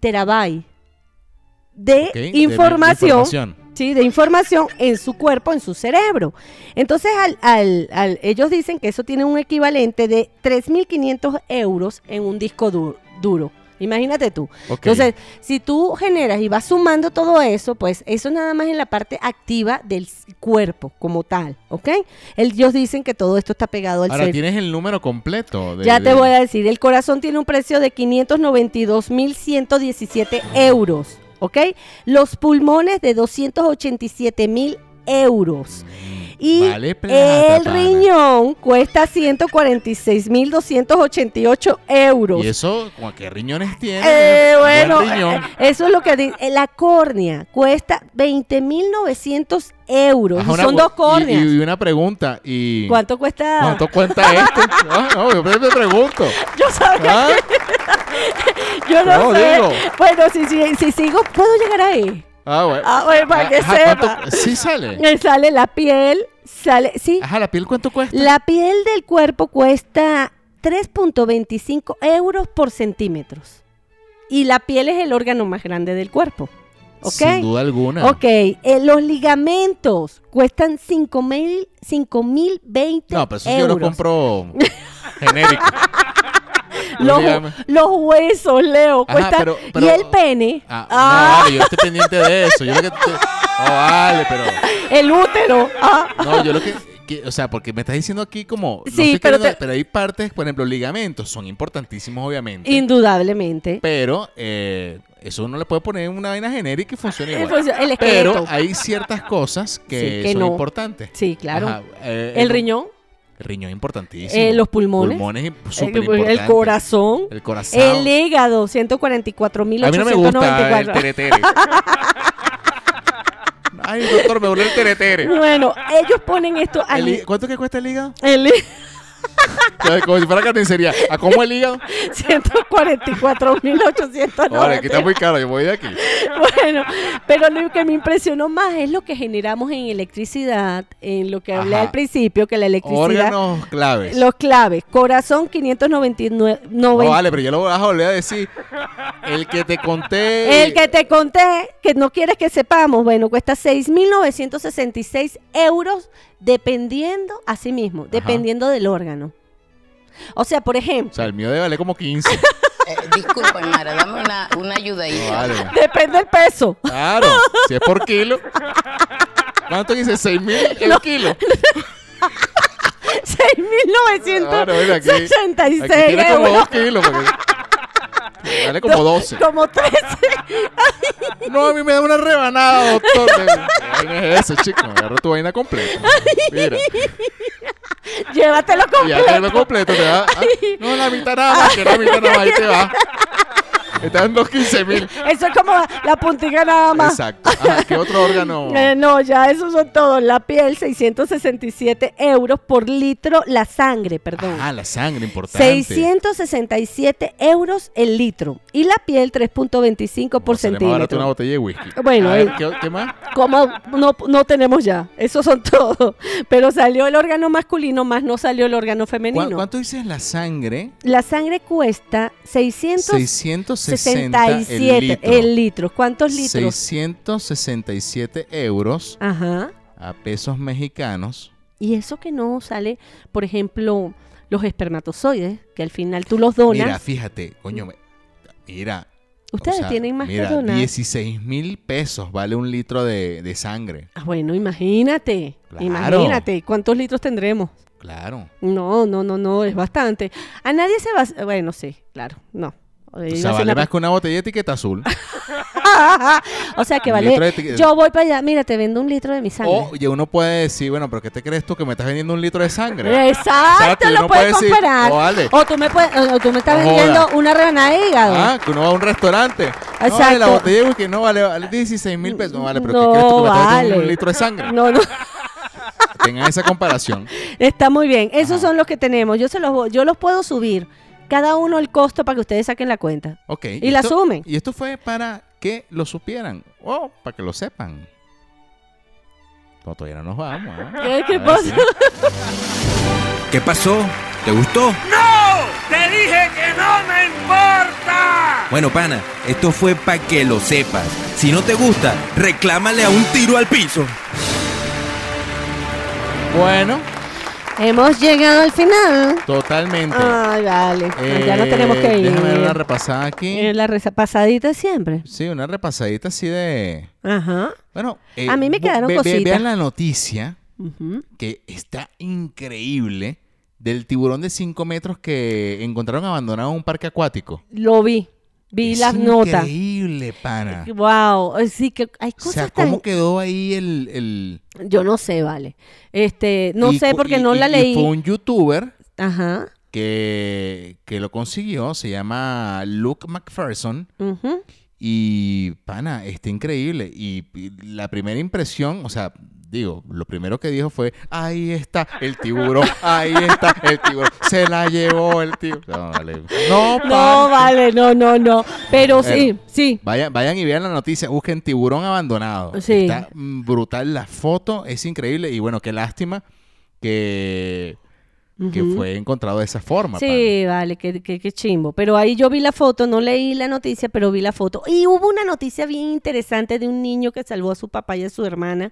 [SPEAKER 3] terabytes de,
[SPEAKER 2] Ok, de- de
[SPEAKER 3] información,
[SPEAKER 2] información.
[SPEAKER 3] sí, de información en su cuerpo, en su cerebro. Entonces, al, al- al- ellos dicen que eso tiene un equivalente de 3.500 euros en un disco du- duro. Imagínate tú.
[SPEAKER 2] Ok.
[SPEAKER 3] Entonces, si tú generas y vas sumando todo eso, pues eso nada más en la parte activa del s- cuerpo como tal, ¿ok? Ellos dicen que todo esto está pegado al
[SPEAKER 2] Ahora
[SPEAKER 3] cerebro.
[SPEAKER 2] tienes el número completo. de-
[SPEAKER 3] Ya
[SPEAKER 2] de-
[SPEAKER 3] te voy a decir, el corazón tiene un precio de 592.117 euros, ¿ok? Los pulmones de 287.000 euros. Y
[SPEAKER 2] vale plata,
[SPEAKER 3] el
[SPEAKER 2] pana.
[SPEAKER 3] riñón cuesta 146.288 euros.
[SPEAKER 2] Y eso, como que riñones tienes.
[SPEAKER 3] Eh,
[SPEAKER 2] Buen
[SPEAKER 3] bueno,
[SPEAKER 2] riñón.
[SPEAKER 3] eh, eso es lo que dice. La córnea cuesta 20.900 euros.
[SPEAKER 2] Ajá,
[SPEAKER 3] Y
[SPEAKER 2] una
[SPEAKER 3] son
[SPEAKER 2] bu-
[SPEAKER 3] dos córneas.
[SPEAKER 2] Y, y una pregunta. Y,
[SPEAKER 3] ¿Cuánto cuesta?
[SPEAKER 2] ¿Cuánto cuenta este? Ah, no, yo te pregunto.
[SPEAKER 3] Yo sabía
[SPEAKER 2] Ah,
[SPEAKER 3] que- yo no
[SPEAKER 2] no,
[SPEAKER 3] sé.
[SPEAKER 2] digo.
[SPEAKER 3] Bueno, si, si, si sigo, puedo llegar ahí.
[SPEAKER 2] ah, bueno.
[SPEAKER 3] Ah, bueno, para que
[SPEAKER 2] Ajá,
[SPEAKER 3] sepa.
[SPEAKER 2] ¿cuánto- Sí sale.
[SPEAKER 3] Me sale la piel, sale, sí.
[SPEAKER 2] Ajá, la piel cuánto cuesta.
[SPEAKER 3] La piel del cuerpo cuesta 3.25 euros por centímetros. Y la piel es el órgano más grande del cuerpo. ¿Ok?
[SPEAKER 2] Sin duda alguna.
[SPEAKER 3] Ok, eh, los ligamentos cuestan 5 mil, 5 mil 20
[SPEAKER 2] No, pero eso yo
[SPEAKER 3] euros.
[SPEAKER 2] lo compro genérico.
[SPEAKER 3] los,
[SPEAKER 2] Dígame.
[SPEAKER 3] los huesos, Leo,
[SPEAKER 2] Ajá,
[SPEAKER 3] cuestan...
[SPEAKER 2] pero- pero-
[SPEAKER 3] y el pene,
[SPEAKER 2] Ah,
[SPEAKER 3] ah,
[SPEAKER 2] No, vale, yo estoy pendiente de eso. Yo lo que te- No, vale, pero.
[SPEAKER 3] el útero, ah,
[SPEAKER 2] No, yo lo que. que- o sea, porque me estás diciendo aquí como. no
[SPEAKER 3] Sí,
[SPEAKER 2] estoy
[SPEAKER 3] pero
[SPEAKER 2] queriendo-
[SPEAKER 3] te-
[SPEAKER 2] pero hay partes, por ejemplo, ligamentos son importantísimos, obviamente.
[SPEAKER 3] indudablemente.
[SPEAKER 2] Pero eh, eso uno le puede poner una vaina genérica y funciona
[SPEAKER 3] Eh,
[SPEAKER 2] igual.
[SPEAKER 3] pues, el esqueleto.
[SPEAKER 2] Pero hay ciertas cosas que,
[SPEAKER 3] Sí, que
[SPEAKER 2] son
[SPEAKER 3] no.
[SPEAKER 2] importantes.
[SPEAKER 3] sí, claro.
[SPEAKER 2] Ajá, eh,
[SPEAKER 3] el riñón,
[SPEAKER 2] Riñón importantísimo.
[SPEAKER 3] eh, los pulmones,
[SPEAKER 2] Pulmones
[SPEAKER 3] el,
[SPEAKER 2] súper
[SPEAKER 3] el corazón,
[SPEAKER 2] El corazón.
[SPEAKER 3] el hígado, 144.894.
[SPEAKER 2] A mí no me gusta eh, el teretere. Ay, doctor, me duele el teretere.
[SPEAKER 3] bueno, ellos ponen esto al...
[SPEAKER 2] El hí- ¿Cuánto que cuesta el hígado?
[SPEAKER 3] el-
[SPEAKER 2] Entonces, como si fuera carnicería. ¿A cómo el hígado?
[SPEAKER 3] 144.890.
[SPEAKER 2] Ahora, aquí está muy caro, yo voy de aquí.
[SPEAKER 3] Bueno, pero lo que me impresionó más es lo que generamos en electricidad, en lo que hablé
[SPEAKER 2] Ajá.
[SPEAKER 3] al principio, que la electricidad...
[SPEAKER 2] Órganos claves.
[SPEAKER 3] Los claves, corazón 599...
[SPEAKER 2] No, vale, pero yo lo voy a volver a decir. El que te conté.
[SPEAKER 3] El que te conté, que no quieres que sepamos, bueno, cuesta 6.966 euros dependiendo, así mismo, dependiendo del órgano. O sea, por
[SPEAKER 2] O
[SPEAKER 3] ejemplo,
[SPEAKER 2] sea, el mío debe valer como 15.
[SPEAKER 6] Eh, disculpa, Mara, dame una, una ayudadita.
[SPEAKER 2] No Oh, vale.
[SPEAKER 3] depende del peso.
[SPEAKER 2] Claro, si es por kilo. ¿Cuánto dice? ¿6 mil el kilo?
[SPEAKER 3] 6.966
[SPEAKER 2] Claro, mira, aquí, aquí tiene como 2
[SPEAKER 3] euros.
[SPEAKER 2] kilos. porque- Vale como 12.
[SPEAKER 3] Como 13.
[SPEAKER 2] No, a mí me da una rebanada, doctor. ¿Qué vaina es eso, chico? Agarra tu vaina completa. Mira,
[SPEAKER 3] Llévatelo
[SPEAKER 2] y ya te lo
[SPEAKER 3] completo.
[SPEAKER 2] completo te da. ah, no, la mitad nada más, que la mitad nada más, ahí te va. Están los 15 mil.
[SPEAKER 3] Eso es como la puntica nada más.
[SPEAKER 2] Exacto. Ajá, ¿Qué otro órgano?
[SPEAKER 3] Eh, no, ya esos son todos. La piel, 667 euros por litro. La sangre, perdón.
[SPEAKER 2] Ah, la sangre, importante.
[SPEAKER 3] 667 euros el litro. Y la piel, 3.25 por
[SPEAKER 2] Se le más barato una
[SPEAKER 3] centímetro.
[SPEAKER 2] botella de whisky.
[SPEAKER 3] Bueno,
[SPEAKER 2] A ver,
[SPEAKER 3] eh.
[SPEAKER 2] ¿qué, qué más?
[SPEAKER 3] Como no, no tenemos ya. Esos son todos. Pero salió el órgano masculino, más no salió el órgano femenino.
[SPEAKER 2] ¿Cuá- ¿Cuánto dices la sangre?
[SPEAKER 3] La sangre cuesta 667
[SPEAKER 2] 660 el litro.
[SPEAKER 3] el litro. ¿Cuántos litros?
[SPEAKER 2] 667 euros
[SPEAKER 3] Ajá.
[SPEAKER 2] a pesos mexicanos.
[SPEAKER 3] Y eso que no sale, por ejemplo, los espermatozoides, que al final tú los donas.
[SPEAKER 2] Mira, fíjate, coño, me- mira. o
[SPEAKER 3] Ustedes
[SPEAKER 2] sea,
[SPEAKER 3] tienen más
[SPEAKER 2] mira,
[SPEAKER 3] que donar.
[SPEAKER 2] 16 mil pesos vale un litro de, de sangre.
[SPEAKER 3] Ah, bueno, imagínate.
[SPEAKER 2] Claro.
[SPEAKER 3] Imagínate. ¿Cuántos litros tendremos?
[SPEAKER 2] Claro.
[SPEAKER 3] No, no, no, no, es bastante. A nadie se va. Bueno, sí, claro, no.
[SPEAKER 2] O
[SPEAKER 3] Iba
[SPEAKER 2] sea,
[SPEAKER 3] a ser
[SPEAKER 2] vale
[SPEAKER 3] una-
[SPEAKER 2] más que una botella de etiqueta azul.
[SPEAKER 3] o sea, que
[SPEAKER 2] Un litro de
[SPEAKER 3] vale.
[SPEAKER 2] etiqueta.
[SPEAKER 3] Yo voy para allá. Mira, te vendo un litro de mi sangre.
[SPEAKER 2] o y uno puede decir, bueno, pero ¿qué te crees tú que me estás vendiendo un litro de sangre? Exacto,
[SPEAKER 3] Exacto,
[SPEAKER 2] y
[SPEAKER 3] lo
[SPEAKER 2] uno
[SPEAKER 3] puedes
[SPEAKER 2] puede decir,
[SPEAKER 3] comparar.
[SPEAKER 2] "Oh, vale".
[SPEAKER 3] O tú me puedes, o tú me estás
[SPEAKER 2] No
[SPEAKER 3] vendiendo
[SPEAKER 2] jodas.
[SPEAKER 3] una rebanada de hígado.
[SPEAKER 2] Ah, que uno va a un restaurante. No, vale, la
[SPEAKER 3] Exacto.
[SPEAKER 2] botella de whisky no vale, vale 16 mil pesos. No vale, pero
[SPEAKER 3] No,
[SPEAKER 2] ¿qué crees tú que me estás vendiendo
[SPEAKER 3] vale.
[SPEAKER 2] un litro de sangre?
[SPEAKER 3] No, no.
[SPEAKER 2] Tengan esa comparación.
[SPEAKER 3] Está muy bien. Esos son los que tenemos. Yo se los vo- yo los puedo subir. Cada uno el costo para que ustedes saquen la cuenta.
[SPEAKER 2] Ok.
[SPEAKER 3] Y la
[SPEAKER 2] esto-
[SPEAKER 3] sumen.
[SPEAKER 2] Y esto fue para que lo supieran. O para que lo sepan. No, todavía no nos vamos. ¿eh?
[SPEAKER 3] ¿Qué- qué
[SPEAKER 2] A ver,
[SPEAKER 3] pasa?
[SPEAKER 2] sí.
[SPEAKER 7] ¿Qué pasó? ¿Te gustó?
[SPEAKER 8] ¡No! ¡Te dije que no me importa!
[SPEAKER 7] Bueno, pana, esto fue para que lo sepas. Si no te gusta, reclámale a un tiro al piso.
[SPEAKER 2] Bueno,
[SPEAKER 3] Hemos llegado al final.
[SPEAKER 2] totalmente.
[SPEAKER 3] Ay, vale.
[SPEAKER 2] Eh,
[SPEAKER 3] Ah, pues ya no tenemos que ir.
[SPEAKER 2] Déjame ver una repasada aquí.
[SPEAKER 3] Eh, La reza pasadita siempre.
[SPEAKER 2] Sí, una repasadita así de.
[SPEAKER 3] Ajá.
[SPEAKER 2] Bueno, eh,
[SPEAKER 3] A mí me
[SPEAKER 2] bu-
[SPEAKER 3] quedaron
[SPEAKER 2] ve- ve-
[SPEAKER 3] cositas.
[SPEAKER 2] Vean la noticia
[SPEAKER 3] Ujú.
[SPEAKER 2] que está increíble del tiburón de 5 metros que encontraron abandonado en un parque acuático.
[SPEAKER 3] Lo vi. Vi
[SPEAKER 2] Es
[SPEAKER 3] las notas.
[SPEAKER 2] Increíble, pana.
[SPEAKER 3] Wow. Sí que hay
[SPEAKER 2] O sea,
[SPEAKER 3] cosas tan-
[SPEAKER 2] ¿cómo quedó ahí el. el-
[SPEAKER 3] Yo no sé, vale. Este, no
[SPEAKER 2] y
[SPEAKER 3] sé
[SPEAKER 2] cu-
[SPEAKER 3] porque
[SPEAKER 2] y-
[SPEAKER 3] no
[SPEAKER 2] y-
[SPEAKER 3] la
[SPEAKER 2] y
[SPEAKER 3] leí.
[SPEAKER 2] fue un youtuber
[SPEAKER 3] Ajá.
[SPEAKER 2] que, que lo consiguió, se llama Luke McPherson.
[SPEAKER 3] Ujú.
[SPEAKER 2] Y, pana, está increíble. Y, y la primera impresión, o sea, digo, lo primero que dijo fue: Ahí está el tiburón, ahí está el tiburón, se la llevó el tiburón. No, vale. No, pana.
[SPEAKER 3] No, vale, no, no, no. Pero sí,
[SPEAKER 2] Bueno.
[SPEAKER 3] sí.
[SPEAKER 2] Vayan, vayan y vean la noticia, busquen tiburón abandonado.
[SPEAKER 3] Sí.
[SPEAKER 2] Está mm, brutal la foto, es increíble. Y bueno, qué lástima que, que fue encontrado de esa forma.
[SPEAKER 3] Sí, vale, qué, qué- qué chimbo. Pero ahí yo vi la foto, no leí la noticia, pero vi la foto. Y hubo una noticia bien interesante de un niño que salvó a su papá y a su hermana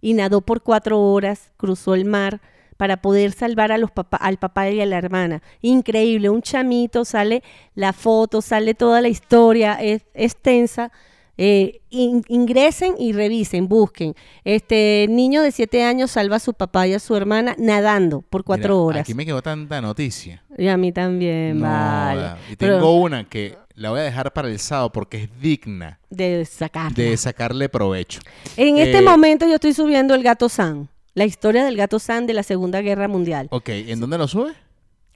[SPEAKER 3] y nadó por cuatro horas, cruzó el mar para poder salvar a los papá, al papá y a la hermana. Increíble, un chamito, sale la foto, sale toda la historia, es extensa. Eh, in- ingresen y revisen, busquen. Este niño de siete años salva a su papá y a su hermana nadando
[SPEAKER 2] pana.
[SPEAKER 3] por
[SPEAKER 2] Mira,
[SPEAKER 3] cuatro horas.
[SPEAKER 2] Aquí me quedó tanta noticia.
[SPEAKER 3] Y a mí también,
[SPEAKER 2] No,
[SPEAKER 3] vale.
[SPEAKER 2] da. Y tengo
[SPEAKER 3] Pero
[SPEAKER 2] una que la voy a dejar para el sábado porque es digna
[SPEAKER 3] de sacar.
[SPEAKER 2] de sacarle provecho.
[SPEAKER 3] En este
[SPEAKER 2] eh,
[SPEAKER 3] momento yo estoy subiendo el gato San, la historia del gato San de la Segunda Guerra Mundial,
[SPEAKER 2] Ok, ¿en dónde lo sube?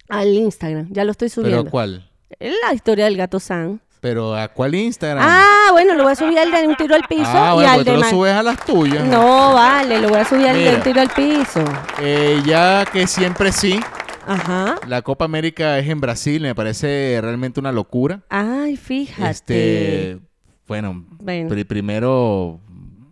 [SPEAKER 3] al Instagram. Ya lo estoy
[SPEAKER 2] ¿Pero
[SPEAKER 3] subiendo.
[SPEAKER 2] cuál?
[SPEAKER 3] Es La historia del gato San.
[SPEAKER 2] ¿Pero a cuál Instagram?
[SPEAKER 3] Ah, bueno, lo voy a subir al de un tiro al piso
[SPEAKER 2] Ah,
[SPEAKER 3] y
[SPEAKER 2] bueno,
[SPEAKER 3] al
[SPEAKER 2] porque
[SPEAKER 3] de
[SPEAKER 2] tú lo
[SPEAKER 3] ma-
[SPEAKER 2] subes a las tuyas.
[SPEAKER 3] No, vale, lo voy a subir al de
[SPEAKER 2] Mira.
[SPEAKER 3] un tiro al piso.
[SPEAKER 2] Eh, ya que siempre sí.
[SPEAKER 3] Ajá.
[SPEAKER 2] La Copa América es en Brasil, me parece realmente una locura.
[SPEAKER 3] Ay, fíjate.
[SPEAKER 2] Este, bueno,
[SPEAKER 3] Bueno.
[SPEAKER 2] pri- primero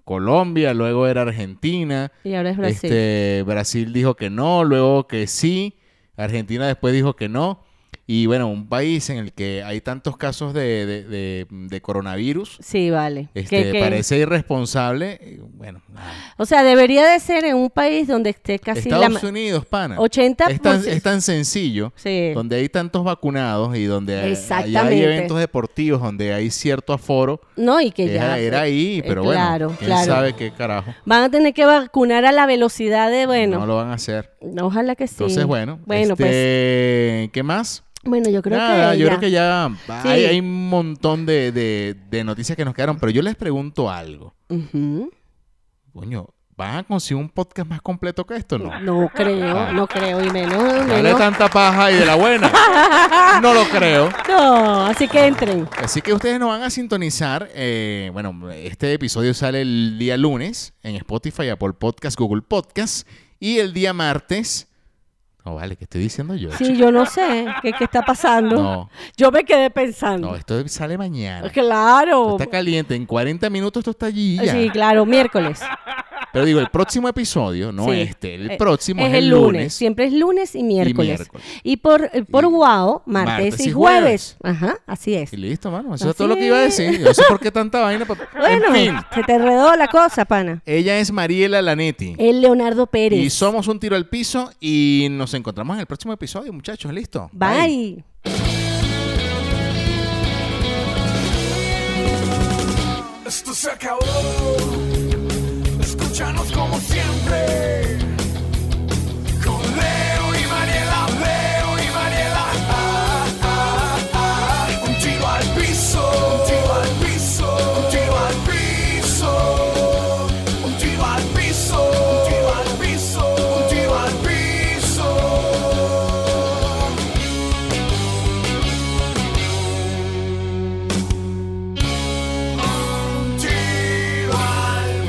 [SPEAKER 2] Colombia, luego era Argentina.
[SPEAKER 3] Y ahora es Brasil.
[SPEAKER 2] Este, Brasil dijo que no, luego que sí. Argentina después dijo que no. Y bueno, un país en el que hay tantos casos de, de- de- de coronavirus,
[SPEAKER 3] Sí, vale.
[SPEAKER 2] este,
[SPEAKER 3] Que- que-
[SPEAKER 2] parece irresponsable. Eh, Bueno, nada.
[SPEAKER 3] O sea, debería de ser en un país donde esté casi la...
[SPEAKER 2] Estados
[SPEAKER 3] ma-
[SPEAKER 2] Unidos, pana.
[SPEAKER 3] 80
[SPEAKER 2] es tan,
[SPEAKER 3] por-
[SPEAKER 2] es tan sencillo,
[SPEAKER 3] Sí.
[SPEAKER 2] donde hay tantos vacunados y donde hay- allá hay
[SPEAKER 3] Exactamente.
[SPEAKER 2] eventos deportivos, donde hay cierto aforo.
[SPEAKER 3] No, y que
[SPEAKER 2] era,
[SPEAKER 3] ya...
[SPEAKER 2] era ahí,
[SPEAKER 3] eh,
[SPEAKER 2] pero
[SPEAKER 3] claro,
[SPEAKER 2] bueno, quién
[SPEAKER 3] claro.
[SPEAKER 2] sabe qué carajo.
[SPEAKER 3] Van a tener que vacunar a la velocidad de, bueno,
[SPEAKER 2] No lo van a hacer.
[SPEAKER 3] ojalá que sí.
[SPEAKER 2] Entonces, bueno,
[SPEAKER 3] Bueno, pues,
[SPEAKER 2] este, ¿qué más?
[SPEAKER 3] bueno, yo creo
[SPEAKER 2] Nada,
[SPEAKER 3] que
[SPEAKER 2] yo
[SPEAKER 3] ya.
[SPEAKER 2] creo que ya
[SPEAKER 3] Sí.
[SPEAKER 2] hay, hay un montón de, de- de noticias que nos quedaron, pero yo les pregunto algo.
[SPEAKER 3] Ujú.
[SPEAKER 2] Coño, ¿van a conseguir un podcast más completo que esto? No.
[SPEAKER 3] No creo,
[SPEAKER 2] Ah.
[SPEAKER 3] no creo, y menos,
[SPEAKER 2] Dale
[SPEAKER 3] menos-
[SPEAKER 2] tanta paja y de la buena. No lo creo.
[SPEAKER 3] No, así que entren.
[SPEAKER 2] Así que ustedes nos van a sintonizar. eh, bueno, este episodio sale el día lunes en Spotify, Apple Podcast, Google Podcast. Y el día martes. No, vale, ¿qué estoy diciendo yo?
[SPEAKER 3] Sí, yo no sé qué, qué está pasando.
[SPEAKER 2] No.
[SPEAKER 3] Yo me quedé
[SPEAKER 2] No,
[SPEAKER 3] pensando.
[SPEAKER 2] esto sale mañana.
[SPEAKER 3] claro.
[SPEAKER 2] Esto está caliente. En 40 minutos esto está allí. ya.
[SPEAKER 3] Sí, claro, miércoles.
[SPEAKER 2] Pero digo, el próximo episodio, no
[SPEAKER 3] Sí.
[SPEAKER 2] este. El
[SPEAKER 3] Eh,
[SPEAKER 2] próximo es,
[SPEAKER 3] el lunes. Siempre es lunes y miércoles. Y,
[SPEAKER 2] miércoles.
[SPEAKER 3] por, eh, por
[SPEAKER 2] Y
[SPEAKER 3] guau, martes,
[SPEAKER 2] martes
[SPEAKER 3] y
[SPEAKER 2] y
[SPEAKER 3] jueves.
[SPEAKER 2] jueves.
[SPEAKER 3] Ajá, así es.
[SPEAKER 2] Y listo, mano. Eso
[SPEAKER 3] Así
[SPEAKER 2] es todo lo que iba a
[SPEAKER 3] es.
[SPEAKER 2] decir. Yo No sé por qué tanta vaina. pa-
[SPEAKER 3] Bueno,
[SPEAKER 2] En fin.
[SPEAKER 3] se te enredó la cosa, pana.
[SPEAKER 2] Ella es Mariela Lanetti.
[SPEAKER 3] El Leonardo Pérez.
[SPEAKER 2] Y somos un tiro al piso y nos encontramos en el próximo episodio, muchachos. ¿Listo?
[SPEAKER 3] Bye.
[SPEAKER 1] Esto se acabó. Escúchanos como siempre. Con Leo y Mariela, Leo y Mariela. Ah, ah, ah. Un tiro al piso, un tiro al piso, un tiro al piso. Un tiro al piso, un tiro al piso, un tiro al piso. Un tiro al